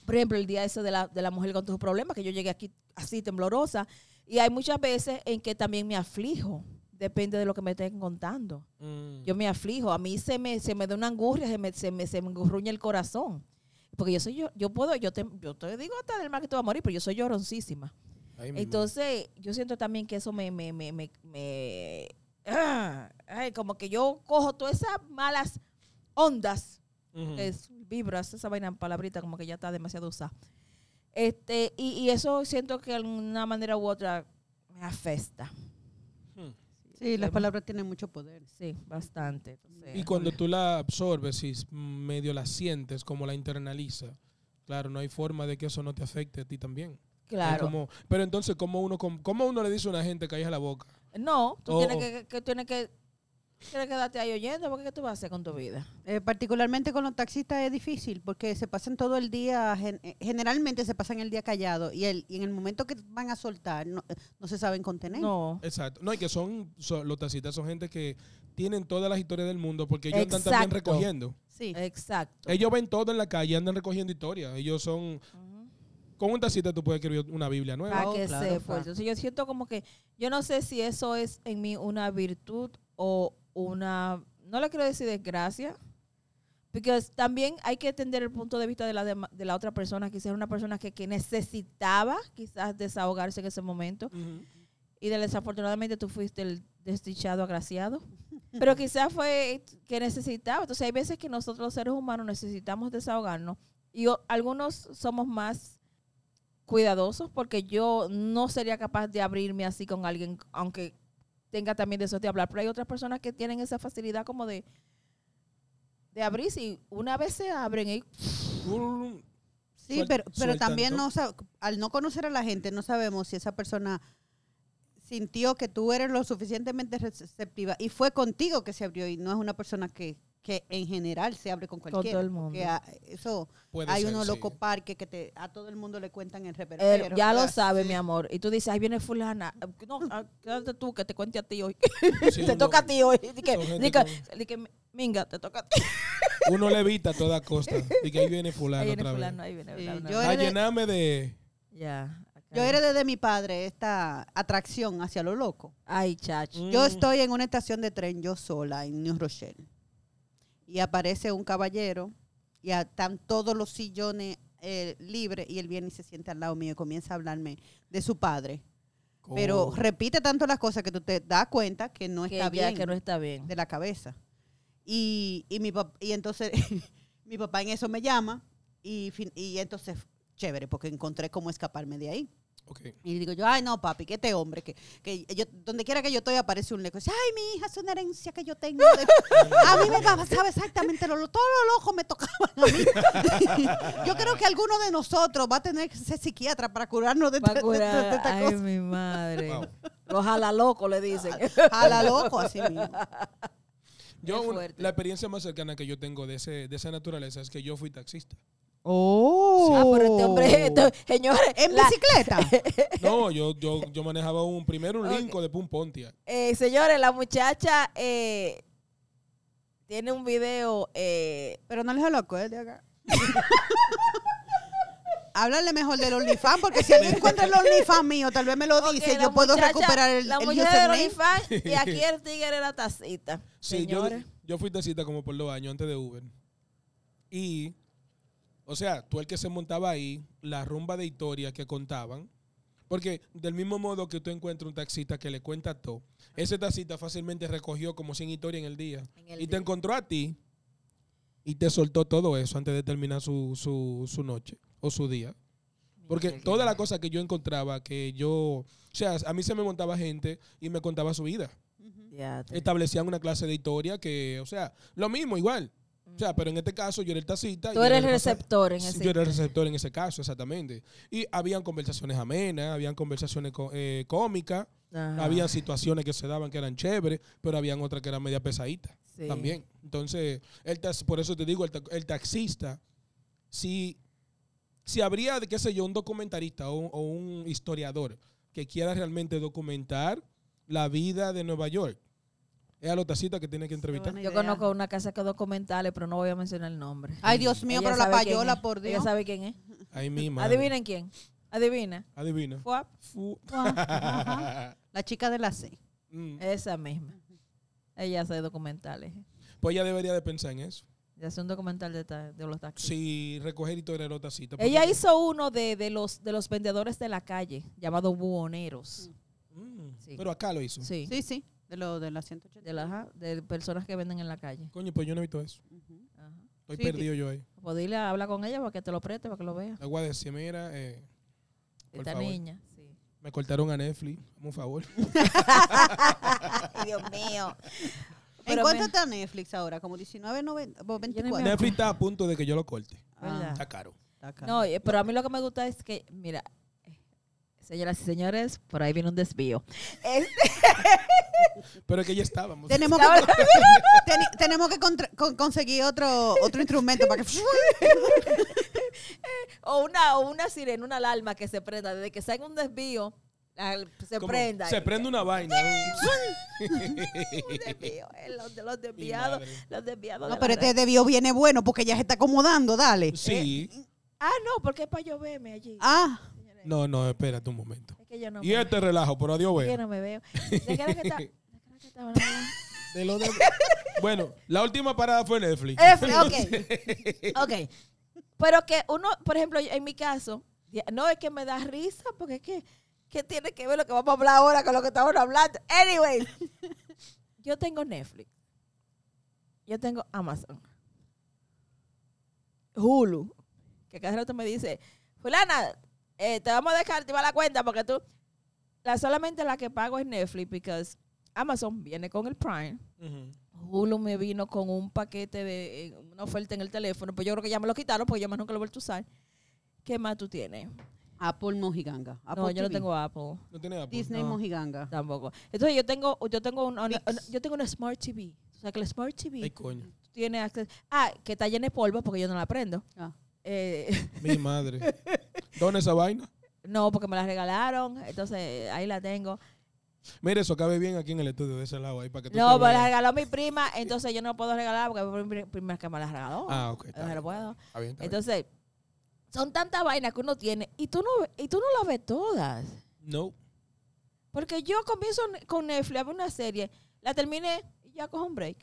por ejemplo, el día ese de la, de la mujer con tus problemas, que yo llegué aquí así temblorosa, y hay muchas veces en que también me aflijo, depende de lo que me estén contando. Yo me aflijo, a mí se me, se me da una angustia, se me, se me, se me engurruña el corazón. Porque yo soy yo, yo puedo, yo te, yo te digo hasta del mal que te va a morir, pero yo soy lloroncísima.
Ay, mi
Entonces, yo siento también que eso me, me, me, me, me- ah, ay, como que yo cojo todas esas malas ondas,
madre. Ujú.
que es vibras, esa vaina palabrita como que ya está demasiado usada. Este, y, y eso siento que de alguna manera u otra me afecta.
Hmm.
Sí, las
Problema.
palabras tienen mucho poder.
Sí, bastante. Entonces,
Y cuando tú la absorbes y s- medio la sientes, como la internaliza, claro, no hay forma de que eso no te afecte a ti también. Es
claro.
como- pero entonces, ¿cómo uno, com- cómo uno le dice a una gente que a la boca?
no, tú
Oh,
tienes,
oh.
Que, que- tienes que tienes que quedarte ahí oyendo, porque ¿qué tú vas a hacer con tu vida?
Eh, particularmente con los taxistas es difícil porque se pasan todo el día, gen- eh, generalmente se pasan el día callado y, el, y en el momento que van a soltar no, eh, no se saben contener.
No.
Exacto. No, y que son, son- los tacitas son gente que tienen todas las historias del mundo porque ellos andan también
Exacto.
recogiendo.
Sí.
Exacto.
Ellos ven todo en la calle, andan recogiendo historias. Ellos son...
Ujú.
Con un tacita tú puedes escribir una Biblia nueva.
Para
Oh,
que
claro,
se
pa.
fuerte. Entonces, yo siento como que, yo no sé si eso es en mí una virtud o una, no le quiero decir desgracia, porque también hay que entender el punto de vista de la, dema- de la otra persona, quizás era una persona que, que necesitaba quizás desahogarse en ese momento
Ujú.
y de- desafortunadamente tú fuiste el desdichado, agraciado, pero quizás fue que necesitaba. Entonces hay veces que nosotros los seres humanos necesitamos desahogarnos y o- algunos somos más cuidadosos porque yo no sería capaz de abrirme así con alguien, aunque tenga también deseo de hablar, pero hay otras personas que tienen esa facilidad como de de abrirse y una vez se abren y
Ujú.
Sí,
Suel-
pero, pero
sueltan
también
todo.
no sab- al no conocer a la gente no sabemos si esa persona sintió que tú eres lo suficientemente receptiva y fue contigo que se abrió y no es una persona que, que en general se abre con cualquiera.
todo el mundo.
porque a- eso,
Puede
hay
ser,
unos
sí.
locos parques que te, a todo el mundo le cuentan el
Eh,
repertorio.
ya lo sabe, mi amor. Y tú dices, ahí viene fulana. No, ah, quédate tú, que te cuente a ti hoy.
Sí,
te
uno-
toca a ti hoy. Di que,
son gente
di que- di que, minga, te toca a ti.
Uno le evita a toda costa. Y que ahí viene fulano
Ahí viene
otra
fulano,
vez.
ahí viene
Sí,
fulano.
yo-
A
Ahí-
llenarme de...
ya. acá.
Yo heredé de mi padre esta atracción hacia lo loco.
Ay, chacho.
Yo
Mm.
estoy en una estación de tren yo sola en New Rochelle y aparece un caballero y a- están todos los sillones eh, libres y él viene y se sienta al lado mío y comienza a hablarme de su padre. Pero
Oh.
repite tanto las cosas que tú te das cuenta que no
que
está
ya
bien
que no está bien.
de la cabeza. Y, y, mi pap- y entonces mi papá en eso me llama y, fin- y entonces chévere porque encontré cómo escaparme de ahí.
Ok.
Y digo yo, ay no, papi, que este hombre, que, que yo, donde quiera que yo estoy aparece un leco. Dice, ay, mi hija, es una herencia que yo tengo. a mí me pasaba exactamente, lo, lo- todos los ojos me tocaban a mí. yo creo que alguno de nosotros va a tener que ser psiquiatra para curarnos de,
Va
esta-
a
de- de- de
curar.
esta
Ay,
cosa.
mi madre.
Wow.
Los jalalocos le dicen.
A la loco, así mismo.
Ah,
Yo,
Qué
un-
fuerte.
la experiencia más cercana que yo tengo de, ese, de esa naturaleza es que yo fui taxista.
¡Oh!
Ah, pero este hombre, este- señores,
¿En
la-
bicicleta?
No, yo, yo, yo manejaba un primero un
Ok.
Lincoln, después un Pontiac.
eh, señores, la muchacha eh, tiene un video eh,
pero no les lo acuerde acá. Háblale mejor del OnlyFans, porque si alguien encuentra el OnlyFans mío, tal vez me lo
Ok,
dice y
la
yo puedo
muchacha-
recuperar el,
la
el
muchacha de
username.
OnlyFans y aquí el tigre era tacita.
Sí, yo,
Señores,
yo fui taxista como por dos años antes de Uber. Y, o sea, tú el que se montaba ahí, la rumba de historia que contaban. Porque del mismo modo que tú encuentras un taxista que le cuenta todo, ese taxista fácilmente recogió como 100 historias en el día.
En el
y te
día.
encontró a ti y te soltó todo eso antes de terminar su, su, su noche o su día. Porque toda la cosa que yo encontraba, que yo, o sea, a mí se me montaba gente y me contaba su vida
Ya, te-
establecían una clase de historia que, o sea, lo mismo, igual. O sea, pero en este caso yo era el tacita.
tú
y
eres
él
el
pasa-
receptor en
Sí,
ese.
Yo era el receptor en ese caso, exactamente. Y habían conversaciones amenas, habían conversaciones co- eh, cómicas,
Ajá.
habían situaciones que se daban que eran chéveres, pero habían otras que eran media pesaditas
Sí.
también. Entonces, el tax- por eso te digo, el, ta- el taxista, si, si habría, qué sé yo, un documentarista o, un- o un historiador que quiera realmente documentar la vida de Nueva York, es a los taxistas que tienen que entrevistar.
buena
Yo
idea.
conozco una casa que documentales, pero no voy a mencionar el nombre.
Ay, Dios mío,
Ella
pero la
sabe quién
payola,
es.
por
Ella
Dios.
sabe quién es.
Ahí mismo.
Adivinen quién. Adivina.
Adivina.
Fuap.
Fu-
La chica de la C.
Mm.
Esa misma. Ella hace documentales.
Pues ella debería de pensar en eso.
Ella hace un documental de, ta- de los taxis.
Si recoger y torear otra cita.
Ella hizo uno de, de los, de los vendedores de la calle, llamado buhoneros. Sí.
Mm, Pero acá lo hizo.
Sí.
Sí, sí, de lo de la 180.
De, las, ajá, de personas que venden en la calle.
Coño, pues yo no he visto eso.
Ujú.
Ajá.
Estoy
Sí,
perdido yo ahí.
Pues dile, habla con ella para que te lo preste, para que lo vea.
La voy a decir, mira, eh, Por
Esta
favor.
niña. Sí.
me cortaron a Netflix, hazme un favor.
Ay, Dios mío.
¿En
Pero
cuánto
me-
está Netflix ahora? ¿Como 19.90? Pues
Yo no
24.
me-
Netflix está a punto de que yo lo corte.
Ah,
Está caro.
está caro.
No, eh, pero a mí lo que me gusta es que, mira, eh, señoras y señores, por ahí viene un desvío. Es-
Pero es que ya estábamos.
Tenemos que, teni- tenemos que contra- con- conseguir otro otro instrumento para que
o una, o una sirena, una alarma que se prenda. Desde que salga un desvío, la- se
Como,
prenda.
Se prende una vaina.
Un desvío, eh, los, de los
Mi
desviados.
madre.
Los desviados.
No,
de la
pero este
verdad.
debió viene bueno porque ya se está acomodando,
Eh,
dale.
Sí.
Ah, no, porque es para yo verme allí.
Ah,
señores.
No, no, espérate un momento.
Es que yo no
Y
me-
este relajo, pero adiós,
Yo
güey.
no me veo. ¿De qué era que está- de qué era que estaba hablando?
De lo de- Bueno, la última parada fue Netflix.
Eh, F, ok. ok. Pero que uno, por ejemplo, en mi caso, ya- no es que me da risa, porque es que, ¿qué tiene que ver lo que vamos a hablar ahora con lo que estamos hablando? Anyway, yo tengo Netflix. Yo tengo Amazon. Hulu. Que cada rato me dice, fulana, eh, te vamos a desactivar la cuenta porque tú... La, solamente la que pago es Netflix, porque Amazon viene con el Prime.
Ujú.
Hulu me vino con un paquete de eh, una oferta en el teléfono, pues yo creo que ya me lo quitaron porque yo más nunca lo he vuelto a usar. ¿Qué más tú tienes?
Apple Mojiganga. Apple
no, yo no
TV.
tengo Apple
No tiene Apple.
Disney
no.
Mojiganga.
tampoco. Entonces yo tengo, yo tengo un, una-
Vix.
yo tengo una Smart TV. O sea que la Smart
Ay,
TV
coño.
tiene acceso. Ah, que está llena de polvo porque yo no la prendo.
Ah.
Eh,
Mi madre. ¿Dónde esa vaina?
no, porque me la regalaron. Entonces ahí la tengo.
Mire, eso cabe bien aquí en el estudio de ese lado ahí para que tú
No,
te
me la
veas.
regaló mi prima. Entonces yo no puedo regalar porque fue mi pri- prima que me la regaló.
Ah, ok. Está
no se
bien,
lo puedo.
está bien, está bien.
Entonces, son tantas vainas que uno tiene y tú no, y tú no las ves todas.
No.
Porque yo comienzo ne- con Netflix a ver una serie, la terminé y ya cojo un break.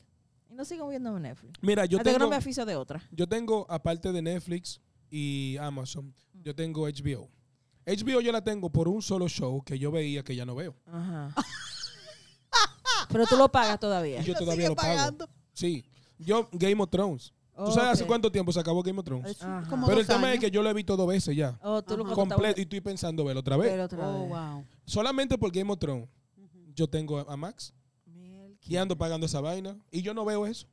Y no sigo viendo Netflix.
Mira, yo
Hasta que no
tengo,
me aficio de otra.
yo tengo, aparte de Netflix y Amazon,
Mm.
yo tengo HBO. HBO yo la tengo por un solo show que yo veía que ya no veo.
Ajá. Pero tú lo pagas todavía.
Yo
Lo
todavía
sigue
lo pago.
pagando.
Sí. Yo, Game of Thrones. ¿Tú sabes hace
Ok.
cuánto tiempo se acabó Game of Thrones?
Es
Ajá.
como
Pero el
dos
tema es
años. Ah,
que yo lo he visto dos veces ya.
Oh, tú lo contratas
Ajá.
Completo. Y ¿eh? estoy pensando verlo otra vez.
pero otra
Oh,
vez.
wow.
Solamente por Game of Thrones.
Ujú.
Yo tengo a a Max
Milky.
y ando pagando esa vaina. Y yo no veo eso.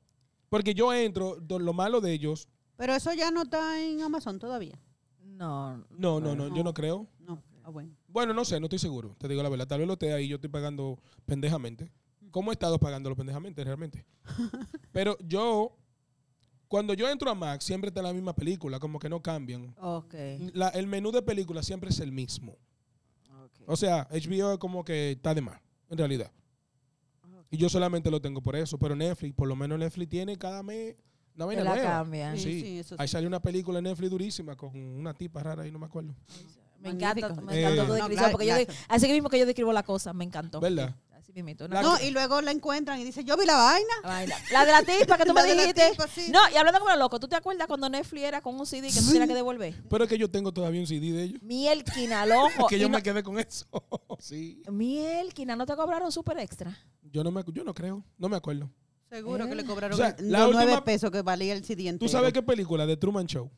Porque yo entro, do- lo malo de ellos.
Pero eso ya no está en Amazon todavía.
No.
No, no, no, yo no creo.
No. Ah, bueno.
Bueno, no sé, no estoy seguro. Te digo la verdad. Tal vez lo esté ahí, yo estoy pagando pendejamente. ¿Cómo he estado pagándolo pendejamente realmente? Pero yo, cuando yo entro a Max, siempre está la misma película, como que no cambian.
Ok.
La- el menú de película siempre es el mismo.
ok.
O sea, HBO es como que está de más, en realidad. Y yo solamente lo tengo por eso. Pero Netflix, por lo menos Netflix tiene cada mes
Te
una vaina
la
nueva.
cambian.
Sí,
Sí.
sí, eso
Ahí
sí.
salió una película en Netflix durísima con una tipa rara ahí, no me acuerdo.
Me encanta,
Magnífico.
me encanta
Eh.
tu descripción.
No,
Porque yo,
la-
de- así que mismo que yo describo la cosa, me encantó.
¿Verdad?
Así mismito.
La-
Una
No, y luego la encuentran y dicen, yo vi la vaina.
vaina. La de la tipa que tú me
La de la
dijiste.
tipa, sí.
No, y hablando como loco, ¿tú te acuerdas cuando Netflix era con un CD que tú tenías que devolver?
Pero es que yo tengo todavía un CD de ellos.
Mielquina, al ojo.
que
Oh, y
yo
no-
me quedé con eso. sí.
Mielquina, ¿no te cobraron super extra?
Yo no me acu- yo no creo, no me acuerdo.
Seguro que le cobraron
O sea,
el-
la
los
última-
nueve pesos que valía el siguiente.
¿Tú sabes qué película de Truman Show?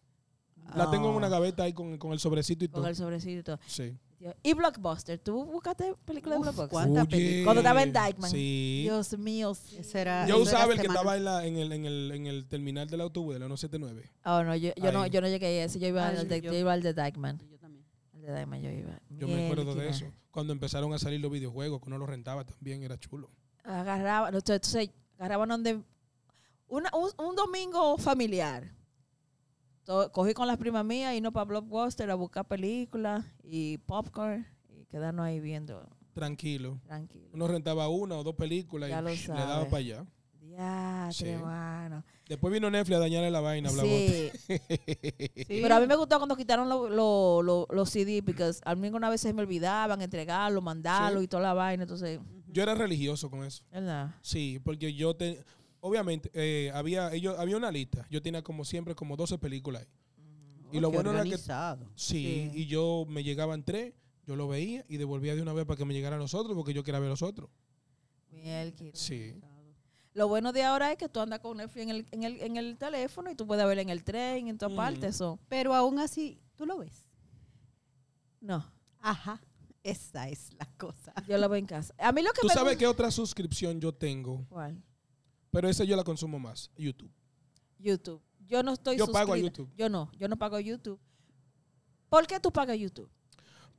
La
Ah.
tengo en una gaveta ahí con, con el sobrecito y
Con
todo.
el sobrecito y todo.
Sí.
Dios. Y Blockbuster, ¿tú buscaste películas
Uf,
de Blockbuster?
¿cuánto? ¿Cuántas películas?
Cuando estaba en Dyckman.
Sí.
Dios mío. sí.
Ese era-
Yo
eso era
usaba el que
semana.
estaba en, la- en el, en, el, en el terminal del autobús de la 179.
Oh, no, yo, yo no,
Ahí.
yo no llegué a ese. Yo iba,
Ay,
al, de,
yo-
yo iba al de Dyckman.
Yo también.
Al de Dyckman yo iba.
Yo me acuerdo de
Mielquina.
eso. Cuando empezaron a salir los videojuegos, que uno los rentaba también, era chulo.
agarraban, no, entonces agarraban donde una- un, un domingo familiar. To- cogí con las primas mías y no para Blockbuster a buscar películas y popcorn y quedarnos ahí viendo
Tranquilo.
tranquilo.
Uno rentaba una o dos películas
Ya
y
lo
le daba
sabes.
para allá.
Ya,
Sí.
hermano.
Después vino Netflix a dañarle la vaina, bla, bla, bla.
Sí.
Sí.
Pero a mí me gustó cuando quitaron lo- lo- lo- los CD, porque a mí algunas veces me olvidaban entregarlo, mandarlo
Sí.
y toda la vaina. Entonces,
Yo era religioso con eso.
¿verdad?
Sí, porque yo te, obviamente eh, había ellos había una lista. Yo tenía como siempre como 12 películas. ahí. Y lo
Qué
bueno era que
organizado.
Sí.
sí, y yo me llegaban tres, yo lo veía y devolvía de una vez para que me llegaran los otros porque yo quería ver los otros.
Mielquina.
Sí.
Lo bueno de ahora es que tú andas con Netflix en el, en el, en el teléfono y tú puedes verla en el tren, en todas
Ujú.
partes. Eso.
Pero aún así, tú lo ves.
No,
Ajá. Esa es la cosa.
yo la veo en casa. A mí lo que
Tú
me
sabes
gusta-
qué otra suscripción yo tengo,
¿Cuál?
pero esa yo la consumo más, YouTube.
YouTube. Yo no estoy
Yo pago a
suscrita.
YouTube.
Yo no, yo no pago YouTube. ¿Por qué tú pagas YouTube?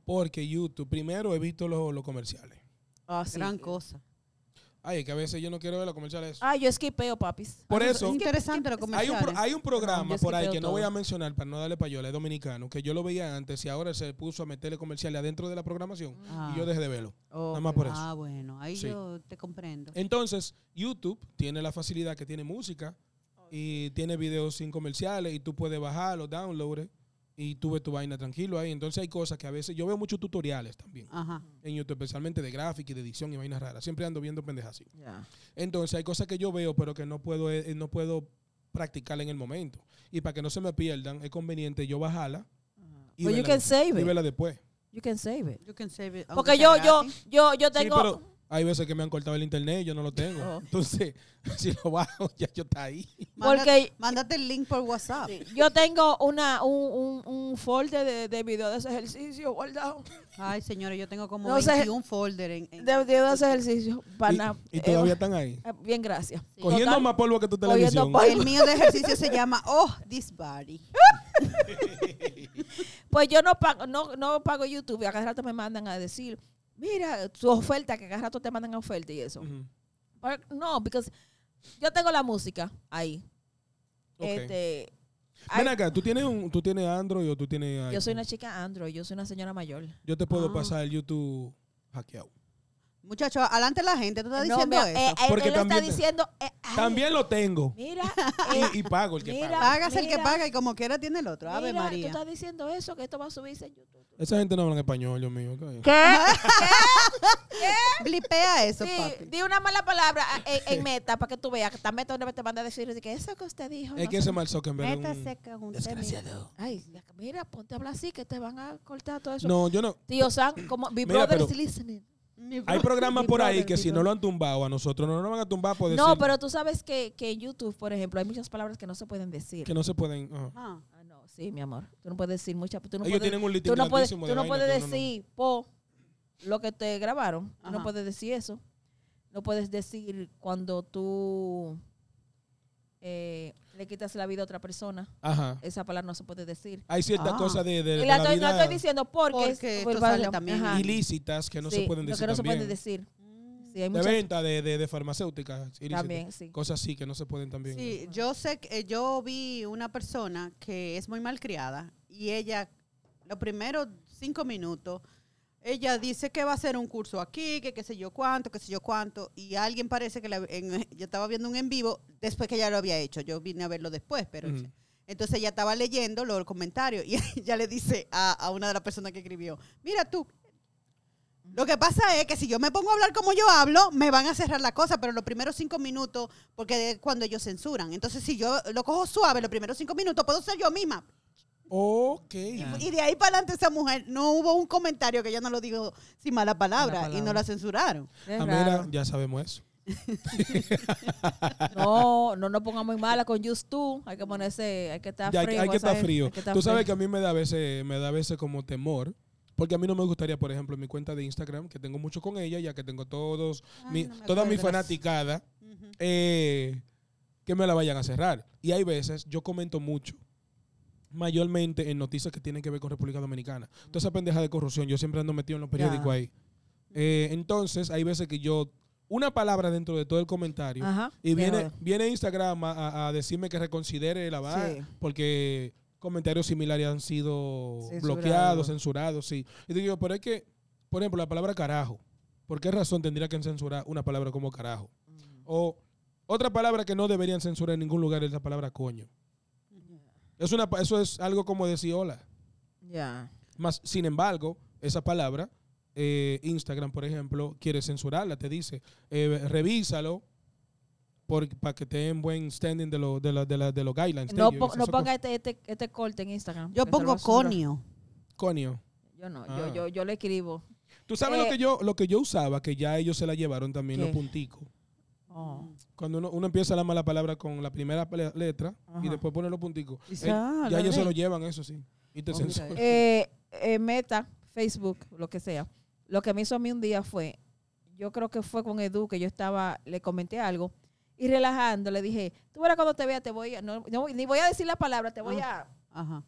Porque YouTube, primero he visto los, los comerciales.
Ah, sí.
Gran cosa.
Ay, es que a veces yo no quiero ver los comerciales.
Ah, yo esquipeo, papis.
Por
Ah,
eso-
skip-
Interesante
skip-
lo
Hay un, pro-
comerciales.
hay un programa
No, yo
por ahí
skipeo
que no voy
todo.
a mencionar para no darle payola, es dominicano, que yo lo veía antes y ahora se puso a meterle comerciales adentro de la programación
Ah.
y yo dejé de verlo.
Oh,
Nada más por eso.
Ah, bueno, ahí
Sí. Eh,
yo te comprendo.
Entonces, YouTube tiene la facilidad que tiene música y tiene videos sin comerciales y tú puedes bajar los downloads y tú ves tu vaina tranquilo ahí. Entonces hay cosas que a veces yo veo muchos tutoriales también
Ah.
Ajá.
en YouTube, especialmente de gráfica y de edición y vainas raras. Siempre ando viendo pendejas así.
ya.
Entonces hay cosas que yo veo pero que no puedo eh, no puedo practicar en el momento. Y para que no se me pierdan, es conveniente yo bajarla y,
But you
verla,
can save
y
it.
verla después.
You can save it.
You can save it, aunque
Porque yo,
sea
yo,
gratis.
yo, yo
Sí,
tengo.
pero hay veces que me han cortado el internet y yo no lo tengo.
Oh.
Entonces, si lo bajo, ya yo está ahí.
Porque-
Mándate, mándate el link por WhatsApp.
Yo tengo una, un, un, un folder de, de videos de ese ejercicio guardado.
Ay, señores, yo tengo como
No sé.
21 folder en, en-
De, de ese ejercicio. Para
Y-
nada.
y,
Eh,
todavía están ahí.
eh, Bien, gracias.
Cogiendo
Total,
más polvo que tu
cogiendo
televisión.
polvo.
El mío de ejercicio se llama Oh, this body.
Pues yo no pago, no, no pago YouTube y a cada rato me mandan a decir, mira, tu oferta, que a cada rato te mandan oferta y eso.
Ujú.
But No, because yo tengo la música ahí.
Ok.
Este,
Ven
ay,
acá, ¿tú tienes, un, ¿tú tienes Android o tú tienes
yo soy
iPhone?
una chica Android, yo soy una señora mayor.
Yo te puedo
Ah.
pasar el YouTube hackeado.
Muchachos, adelante la gente, tú estás
No,
diciendo
me- eh,
eso.
él-
Porque
él está
también-
diciendo, eh, ay,
También lo tengo.
Mira, eh,
Y, y pago el que
Mira.
paga.
Pagas el que
mira.
paga y como quiera tiene el otro. Ave
mira, tú
María.
estás diciendo eso, que esto va a subirse en YouTube.
Esa gente no habla en español, Dios mío. cállate.
¿Qué?
Blipea eso,
Sí,
papi.
di una mala palabra a- en, en meta para que tú veas que está meta una vez te manda a decir de que eso que usted dijo.
Es
no
que
sé.
ese Mark Zuckerberg es un-
Métase que junté
Desgraciado.
Ay, mira, ponte a hablar así que te van a cortar todo eso.
No, yo no.
Tío San, como Big
Mira,
Brother is
pero-
listening.
Ah.
Hay programas
Mi
por ahí
brother,
que
mi
si no
brother.
lo han tumbado a nosotros, no nos van a tumbar por decir
No, pero tú sabes que, que en YouTube, por ejemplo, hay muchas palabras que no se pueden decir.
que no se pueden. ajá.
Ah,
Ah, no, sí, mi amor. Tú no puedes decir muchas. Tú no
Ellos
puedes,
tienen un listing
tú no puedes,
grandísimo
tú
de
no
vainas
puedes
que uno no-
decir po lo que te grabaron. Tú no
Ajá.
puedes decir eso. No puedes decir cuando tú eh, le quitas la vida a otra persona.
Ajá.
Esa palabra no se puede decir.
Hay ciertas
Ah.
cosas de, de-
Y
Eh,
la
de la
estoy, la
vida
estoy diciendo porque,
Porque
es-
esto
pues,
sale
vale,
también.
ajá.
ilícitas que no
Sí,
se pueden
lo
decir.
que no se puede
también.
decir. Sí, hay
De
muchas
venta, de, de, de farmacéuticas. ilícitas.
también, sí.
Cosas así que no se pueden también.
Sí, yo sé que eh, yo vi una persona que es muy malcriada y ella, los primeros cinco minutos, ella dice que va a hacer un curso aquí, que qué sé yo cuánto, qué sé yo cuánto, y alguien parece que la- en- yo estaba viendo un en vivo después que ya lo había hecho, yo vine a verlo después, pero
Ujú.
entonces ella estaba leyendo los comentarios y ella le dice a, a una de las personas que escribió, mira tú. Lo que pasa es que si yo me pongo a hablar como yo hablo, me van a cerrar la cosa, pero los primeros cinco minutos, porque es cuando ellos censuran. Entonces, si yo lo cojo suave, los primeros cinco minutos, puedo ser yo misma.
Ok.
Y de ahí para adelante, esa mujer, no hubo un comentario que yo no lo digo sin mala palabra,
Mala
y no
palabra.
la censuraron.
Es
Ah, mira,
raro.
ya sabemos eso.
No, no nos pongamos muy mala con Just Tú. Hay que ponerse, hay que estar
Ya, hay,
frío.
hay que estar
¿sabes?
frío.
Hay que estar
Tú sabes
frío.
que a mí me da a veces, me da a veces como temor. Porque a mí no me gustaría, por ejemplo, en mi cuenta de Instagram, que tengo mucho con ella, ya que tengo todos,
Ay,
mi-
no me
toda mi
acuerdo.
fanaticada,
Ujú.
eh, que me la vayan a cerrar. Y hay veces, yo comento mucho, mayormente en noticias que tienen que ver con República Dominicana. Toda esa pendeja de corrupción, yo siempre ando metido en los periódicos
Ya.
ahí. Eh, entonces, hay veces que yo, una palabra dentro de todo el comentario,
Ajá,
y
te
viene,
jode.
viene Instagram a- a, a decirme que reconsidere la vaina,
Sí.
porque comentarios similares han sido
Censurados.
bloqueados, censurados, sí. Y digo, pero es que, por ejemplo, la palabra carajo, ¿por qué razón tendría que censurar una palabra como carajo? O otra palabra que no deberían censurar en ningún lugar es la palabra coño. Es una, pa- eso es algo como decir hola.
Ya.
Más, sin embargo, esa palabra, eh, Instagram, por ejemplo, quiere censurarla, te dice, eh, revísalo para que te den buen standing de, lo- de, la- de la- de los guidelines.
No,
de ellos,
po-
esas
no
son
ponga este, este, este corte en Instagram.
Yo
que te lo
pongo
basura.
conio.
cosas- Coño.
Yo no,
Ah.
yo, yo, yo le escribo.
Tú sabes
Eh,
lo, que yo, lo que yo usaba, que ya ellos se la llevaron también,
¿Qué?
los punticos.
Oh.
Cuando uno, uno empieza la mala palabra con la primera pale- letra y
Ajá.
después pone los punticos,
Y
eh,
se- ah,
ya
la
ellos se
ley.
lo llevan, eso sí. Y te
Oh, mira
censuran.
eso.
Eh, eh, Meta, Facebook, lo que sea. Lo que me hizo a mí un día fue, yo creo que fue con Edu que yo estaba, le comenté algo y relajando le dije, tú verás cuando te vea, te voy a, no, no voy- ni voy a decir la palabra, te voy a,
Ajá.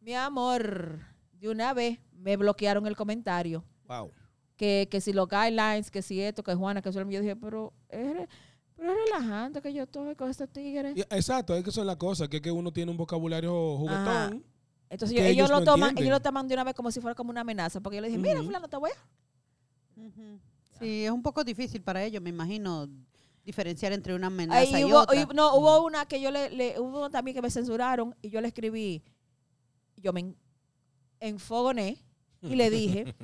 mi amor, de una vez me bloquearon el comentario.
Wow.
Que, que si los guidelines, que si esto, que Juana, que eso, yo dije, pero es, re- pero es relajante que yo estoy con este estos tigres.
Y- exacto, es que son las cosas, que es que uno tiene un vocabulario juguetón.
Ah,
Ajá. Entonces
que
ellos,
ellos
lo
no
toman,
entienden.
ellos lo toman de una vez como si fuera como una amenaza, porque yo le dije, mira,
Ujú.
fulano, te voy a...
Ujú. Sí, es un poco difícil para ellos, me imagino, diferenciar entre una amenaza
Ahí
y
hubo,
otra.
y- no, hubo una que yo le, le- hubo una también que me censuraron y yo le escribí, yo me en- enfogoné y le dije,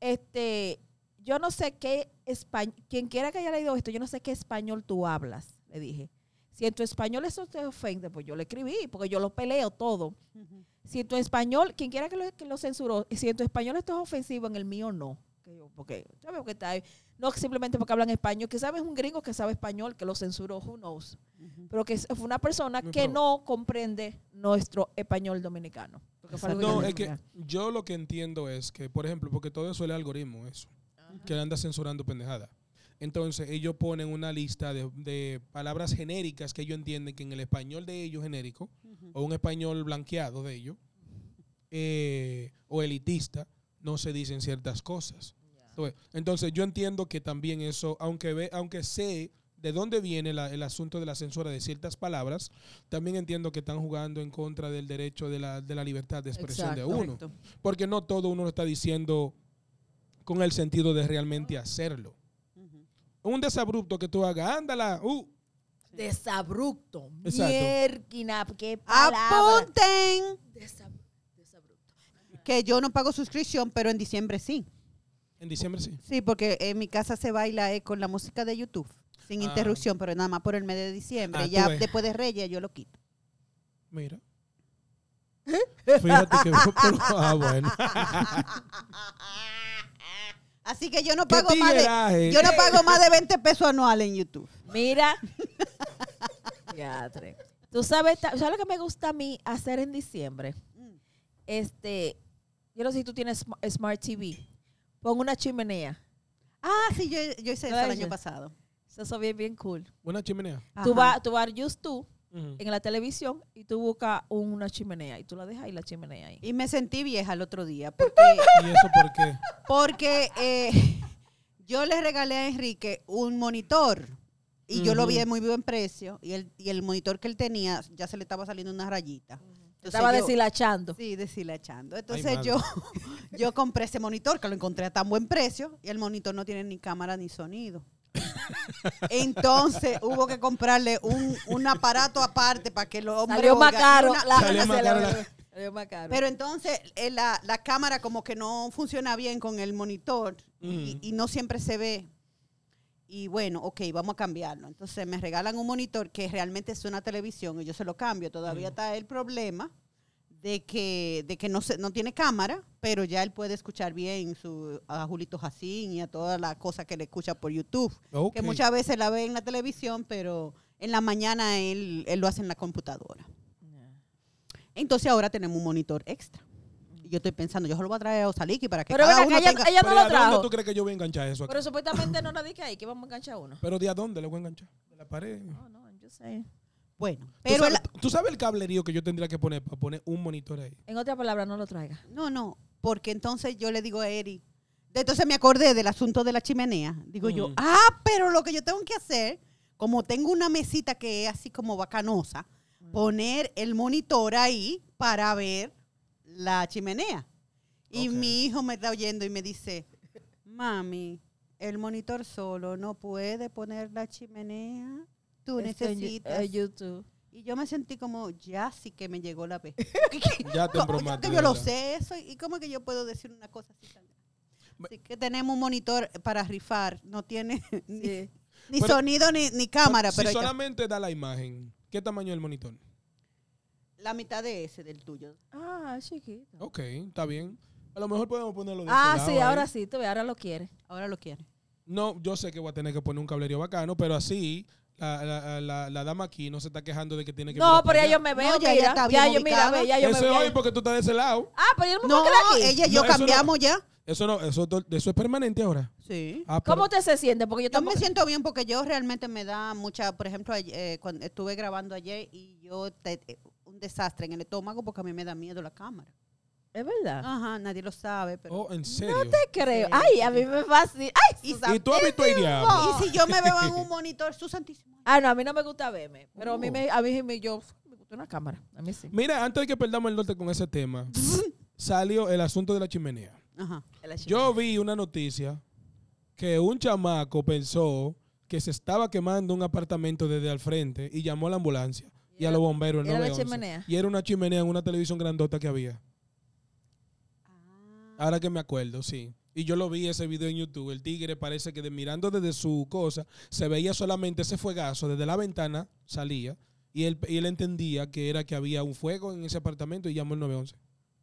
este, yo no sé qué español, quien quiera que haya leído esto, yo no sé qué español tú hablas, le dije. Si en tu español eso te ofende, pues yo le escribí, porque yo lo peleo todo.
Ujú.
Si en tu español, quien quiera que lo, que lo censuró, si en tu español esto es ofensivo, en el mío no. Que yo, Porque, ¿sabes? Porque está ahí. No simplemente porque hablan español, que sabes un gringo que sabe español, que lo censuró, who knows.
Ujú.
Pero que es- fue una persona
No,
que
pero-
no comprende nuestro español dominicano. Porque fue algo
No,
yo
es que
entendí.
yo lo que entiendo es que, por ejemplo, porque todo eso es el algoritmo, eso, que anda censurando pendejada. Entonces, ellos ponen una lista de, de palabras genéricas que ellos entienden que en el español de ellos genérico, o un español blanqueado de ellos, eh, o elitista, no se dicen ciertas cosas. Entonces, Entonces yo entiendo que también eso, aunque, ve, aunque sé de dónde viene la- el asunto de la censura de ciertas palabras, también entiendo que están jugando en contra del derecho de la, de la libertad de expresión de
Exacto.
uno.
Correcto.
Porque no todo uno lo está diciendo con el sentido de realmente hacerlo.
Ujú.
Un desabrupto que tú hagas, ándala, uh,
Desabrupto.
Exacto.
Mierquina, qué palabra.
Apunten
Desab- desabrupto.
que yo no pago suscripción, pero en diciembre sí.
en diciembre sí.
Sí, porque en mi casa se baila eh, con la música de YouTube, sin
Ah.
interrupción, pero nada más por el mes de diciembre.
Ah, tú
ya
ves.
después de Reyes yo lo quito.
Mira. Fíjate que... pero- ah, bueno.
Así que yo no
¿Qué
pago más de,
tigueraje?
yo no pago más de 20 pesos anual en YouTube.
Mira. Diatre. Tú sabes, ta- ¿sabes lo que me gusta a mí hacer en diciembre? Este, yo no sé si tú tienes sm- Smart TV. Pon una chimenea.
Ah, sí, yo, yo hice eso el
Reyes.
año pasado.
Eso es bien, bien cool.
Una chimenea.
Tú
Ajá.
vas tú vas a YouTube
Ujú.
en la televisión y tú buscas una chimenea y tú la dejas ahí la chimenea ahí.
Y me sentí vieja el otro día porque,
¿Y eso por qué?
porque eh, yo le regalé a Enrique un monitor y yo lo vi de muy buen precio y el, y el monitor que él tenía ya se le estaba saliendo una rayita. Entonces
Estaba
yo-
deshilachando.
Sí, deshilachando. Entonces
madre.
yo, yo compré ese monitor que lo encontré a tan buen precio y el monitor no tiene ni cámara ni sonido. Entonces hubo que comprarle un, un aparato aparte para que los hombres
Salió más
oigan-
caro.
una-
la-
Salió más caro la-
Salió más caro.
pero entonces eh, la, la cámara como que no funciona bien con el monitor y,
Ujú.
y no siempre se ve. Y bueno, ok, vamos a cambiarlo. Entonces me regalan un monitor que realmente es una televisión y yo se lo cambio. Todavía está el problema de que, de que no, se, no tiene cámara, pero ya él puede escuchar bien su, a Julito Jacín y a todas las cosas que le escucha por YouTube.
Ok.
Que muchas veces la ve en la televisión, pero en la mañana él, él lo hace en la computadora. Entonces ahora tenemos un monitor extra. Y yo estoy pensando, yo se lo voy a traer a Osaliki para que
Pero
cada
ven
uno
acá, ella,
tenga...
ella
Pero
no
¿y
lo
a dónde
trajo.
tú crees que yo voy a enganchar eso? aquí?
Pero supuestamente no la dije ahí que vamos a enganchar uno.
Pero ¿de a dónde le voy a enganchar? ¿De la pared?
No, no, yo sé.
Bueno,
¿Tú
pero...
sabes,
la-
tú sabes el cablerío que yo tendría que poner para poner un monitor ahí?
En otra palabra, no lo traiga.
No, no, porque entonces yo le digo a Eri... de- Entonces me acordé del asunto de la chimenea. Digo yo,
Ujú.
ah, pero lo que yo tengo que hacer, como tengo una mesita que es así como bacanosa, poner el monitor ahí para ver la chimenea. Y
Ok.
mi hijo me está oyendo y me dice, mami, el monitor solo no puede poner la chimenea. Tú
Esto en Yu-
necesitas.
eh, YouTube.
Y yo me sentí como, ya sí que me llegó la vez.
Ya te
¿Cómo
embromaste.
que yo lo
¿verdad?
sé eso? ¿Y cómo que yo puedo decir una cosa así? tan grande?
Me-
Así que tenemos un monitor para rifar. No tiene ni,
Sí.
ni
Pero-
sonido ni, ni cámara,
Si
pero ya-
solamente da la imagen, ¿qué tamaño es el monitor?
la mitad de ese del tuyo.
Ah, chiquito.
Ok, está bien. A lo mejor podemos ponerlo de
Ah,
este lado
sí, ahora
ahí.
sí, tú ves, ahora lo quiere.
Ahora lo quiere.
No, yo sé que voy a tener que poner un cablerío bacano, pero así la, la- la- la dama aquí no se está quejando de que tiene que...
No,
mirar
pero
para
ya yo
allá.
me veo,
No, ya ella
mira. ya
está bien
yo, mira,
ubicada.
ve, ya yo me
Eso es
veo.
hoy porque tú estás de ese lado.
Ah, pero yo no me
No,
puedo quedar aquí.
ella y yo
No, eso no.
cambiamos ya.
Eso no, eso, es do- eso es permanente ahora.
Sí.
Ah, pero-
¿Cómo usted se siente? Porque yo
Yo me
tampoco...
siento bien porque yo realmente me da mucha, por ejemplo, ayer, eh, cuando estuve grabando ayer y yo te- eh, un desastre en el estómago porque a mí me da miedo la cámara.
Es verdad.
Ajá, nadie lo sabe, pero
Ah. Oh, en serio.
Te creo. Ay, a mí me fascina. Ay,
Y-
Susana.
y tú habitué diablo.
no.
Y si yo me veo en un monitor, su santísimo.
Ah, no, a mí no me gusta verme. Pero a mí
Oh.
me, a mí me, yo, me gusta una cámara. A mí sí.
Mira, antes de que perdamos el norte con ese tema, salió el asunto de la chimenea.
Ajá.
La chimenea.
Yo vi una noticia que un chamaco pensó que se estaba quemando un apartamento desde al frente y llamó a la ambulancia y, a los bomberos. el
era la
911.
chimenea.
Y era una chimenea en una televisión grandota que había.
Ah.
Ahora que me acuerdo, sí. Y yo lo vi ese video en YouTube. El tigre parece que de- mirando desde su cosa se veía solamente ese fuegazo desde la ventana salía y él, y él entendía que era que había un fuego en ese apartamento y llamó el 911.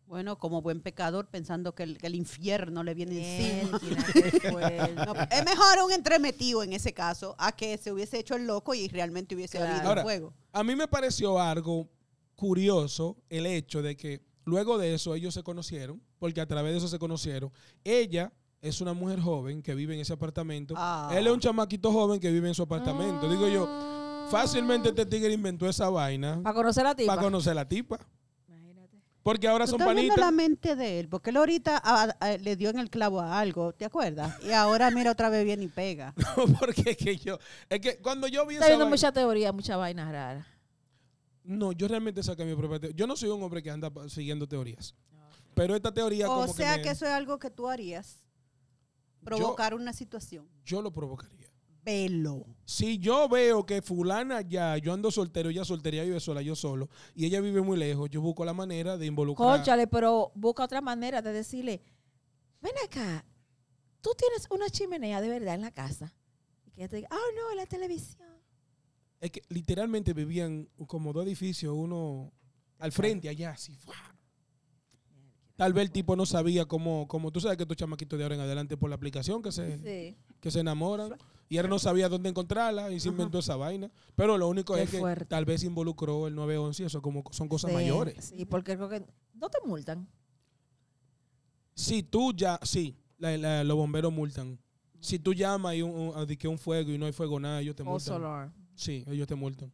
Bueno, como buen pecador, pensando que el, que el infierno le viene encima.
Mierda, qué fuerte.
No, es mejor un entremetido en ese caso a que se hubiese hecho el loco y realmente hubiese
Claro.
habido
Ahora,
fuego.
A mí me pareció algo curioso el hecho de que luego de eso ellos se conocieron, porque a través de eso se conocieron. Ella es una mujer joven que vive en ese apartamento.
Ah.
Él es un chamaquito joven que vive en su apartamento. Digo yo, fácilmente este tigre inventó esa vaina
Para conocer a ti.
para conocer a la tipa.
Imagínate.
Porque ahora
Tú
son
estás viendo la
panitas.
mente de él, porque él ahorita ah, ah, le dio en el clavo a algo, ¿te acuerdas? Y ahora mira otra vez bien y pega.
porque es que yo. Es que cuando yo vi
Está
esa.
viendo
vaina-
mucha teoría, mucha vaina rara.
No, yo realmente saqué mi propia teoría. Yo no soy un hombre que anda pa- siguiendo teorías. Pero esta teoría,
Ah. O
como
sea
que, me-
que eso es algo que tú harías. Provocar una situación.
yo lo provocaría.
Velo.
Si yo veo que fulana ya, yo ando soltero, ella soltería vive sola, yo solo, y ella vive muy lejos, yo busco la manera de involucrar.
Cónchale, pero busca otra manera de decirle, ven acá, tú tienes una chimenea de verdad en la casa. Y que ella te diga, ah, no, en la televisión.
Es que literalmente vivían como dos edificios, uno al frente, allá, así. ¡fua! Tal vez el tipo no sabía cómo, como tú sabes que estos chamaquitos de ahora en adelante por la aplicación que se,
Sí,
que se enamoran, y él no sabía dónde encontrarla y se inventó esa vaina. Pero lo único
Qué
es que
fuerte.
tal vez involucró el 911 y eso como son cosas mayores.
Sí, porque creo que no te multan.
Si tú ya, sí, la- la- los bomberos multan. Si tú llamas y un, un- a- di que un fuego y no hay fuego, nada, ellos te
Oh,
multan. Sí, ellos te multan.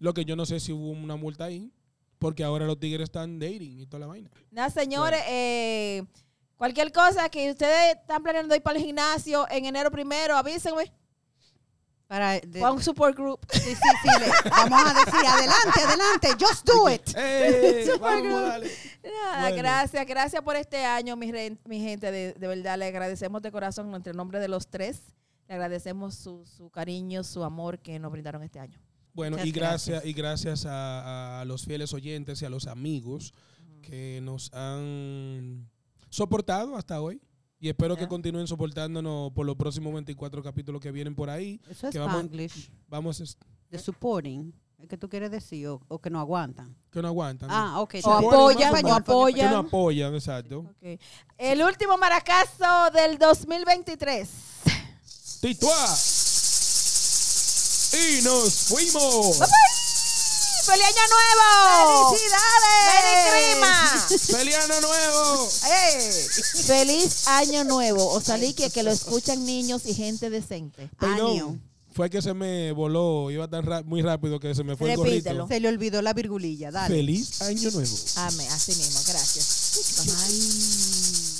Lo que yo no sé si hubo una multa ahí, porque ahora los tigres están dating y toda la vaina.
Nada, señores, eh, cualquier cosa que ustedes están planeando ir para el gimnasio en enero primero, avísenme.
Para de-
Fue un support group.
sí, sí, sí, le- vamos a decir, adelante, adelante, just do it.
¡Eh!
Super
vamos,
cool.
dale.
Nada,
Bueno.
gracias, gracias por este año, mi, ren- mi gente. De, de verdad, le agradecemos de corazón entre el nombre de los tres. Le agradecemos su, su cariño, su amor que nos brindaron este año.
Bueno,
Muchas
y gracias, y gracias a, a los fieles oyentes y a los amigos que nos han soportado hasta hoy. Y espero
Ya.
que continúen soportándonos por los próximos 24 capítulos que vienen por ahí.
Eso es
Que vamos-
English,
Vamos, es-
de supporting. ¿Es que tú quieres decir o, o que no aguantan?
que no aguantan.
Ah, ok.
O
Supporting,
apoyan,
más o
o
menos.
apoyan.
Que no apoyan, exacto.
Ok. El último maracazo del 2023.
Tituá. Y nos fuimos.
¡Feliz año nuevo!
¡Felicidades!
¡Merry Christmas!
Peleano nuevo.
Feliz año nuevo. O salí que, que lo escuchan niños y gente decente.
Año.
Perdón. Fue que se me voló, iba tan ra- muy rápido que se me fue el
Repítelo.
gorrito.
Se le olvidó la virgulilla, dale.
Feliz año nuevo.
Amén. Así mismo. Gracias. Bye.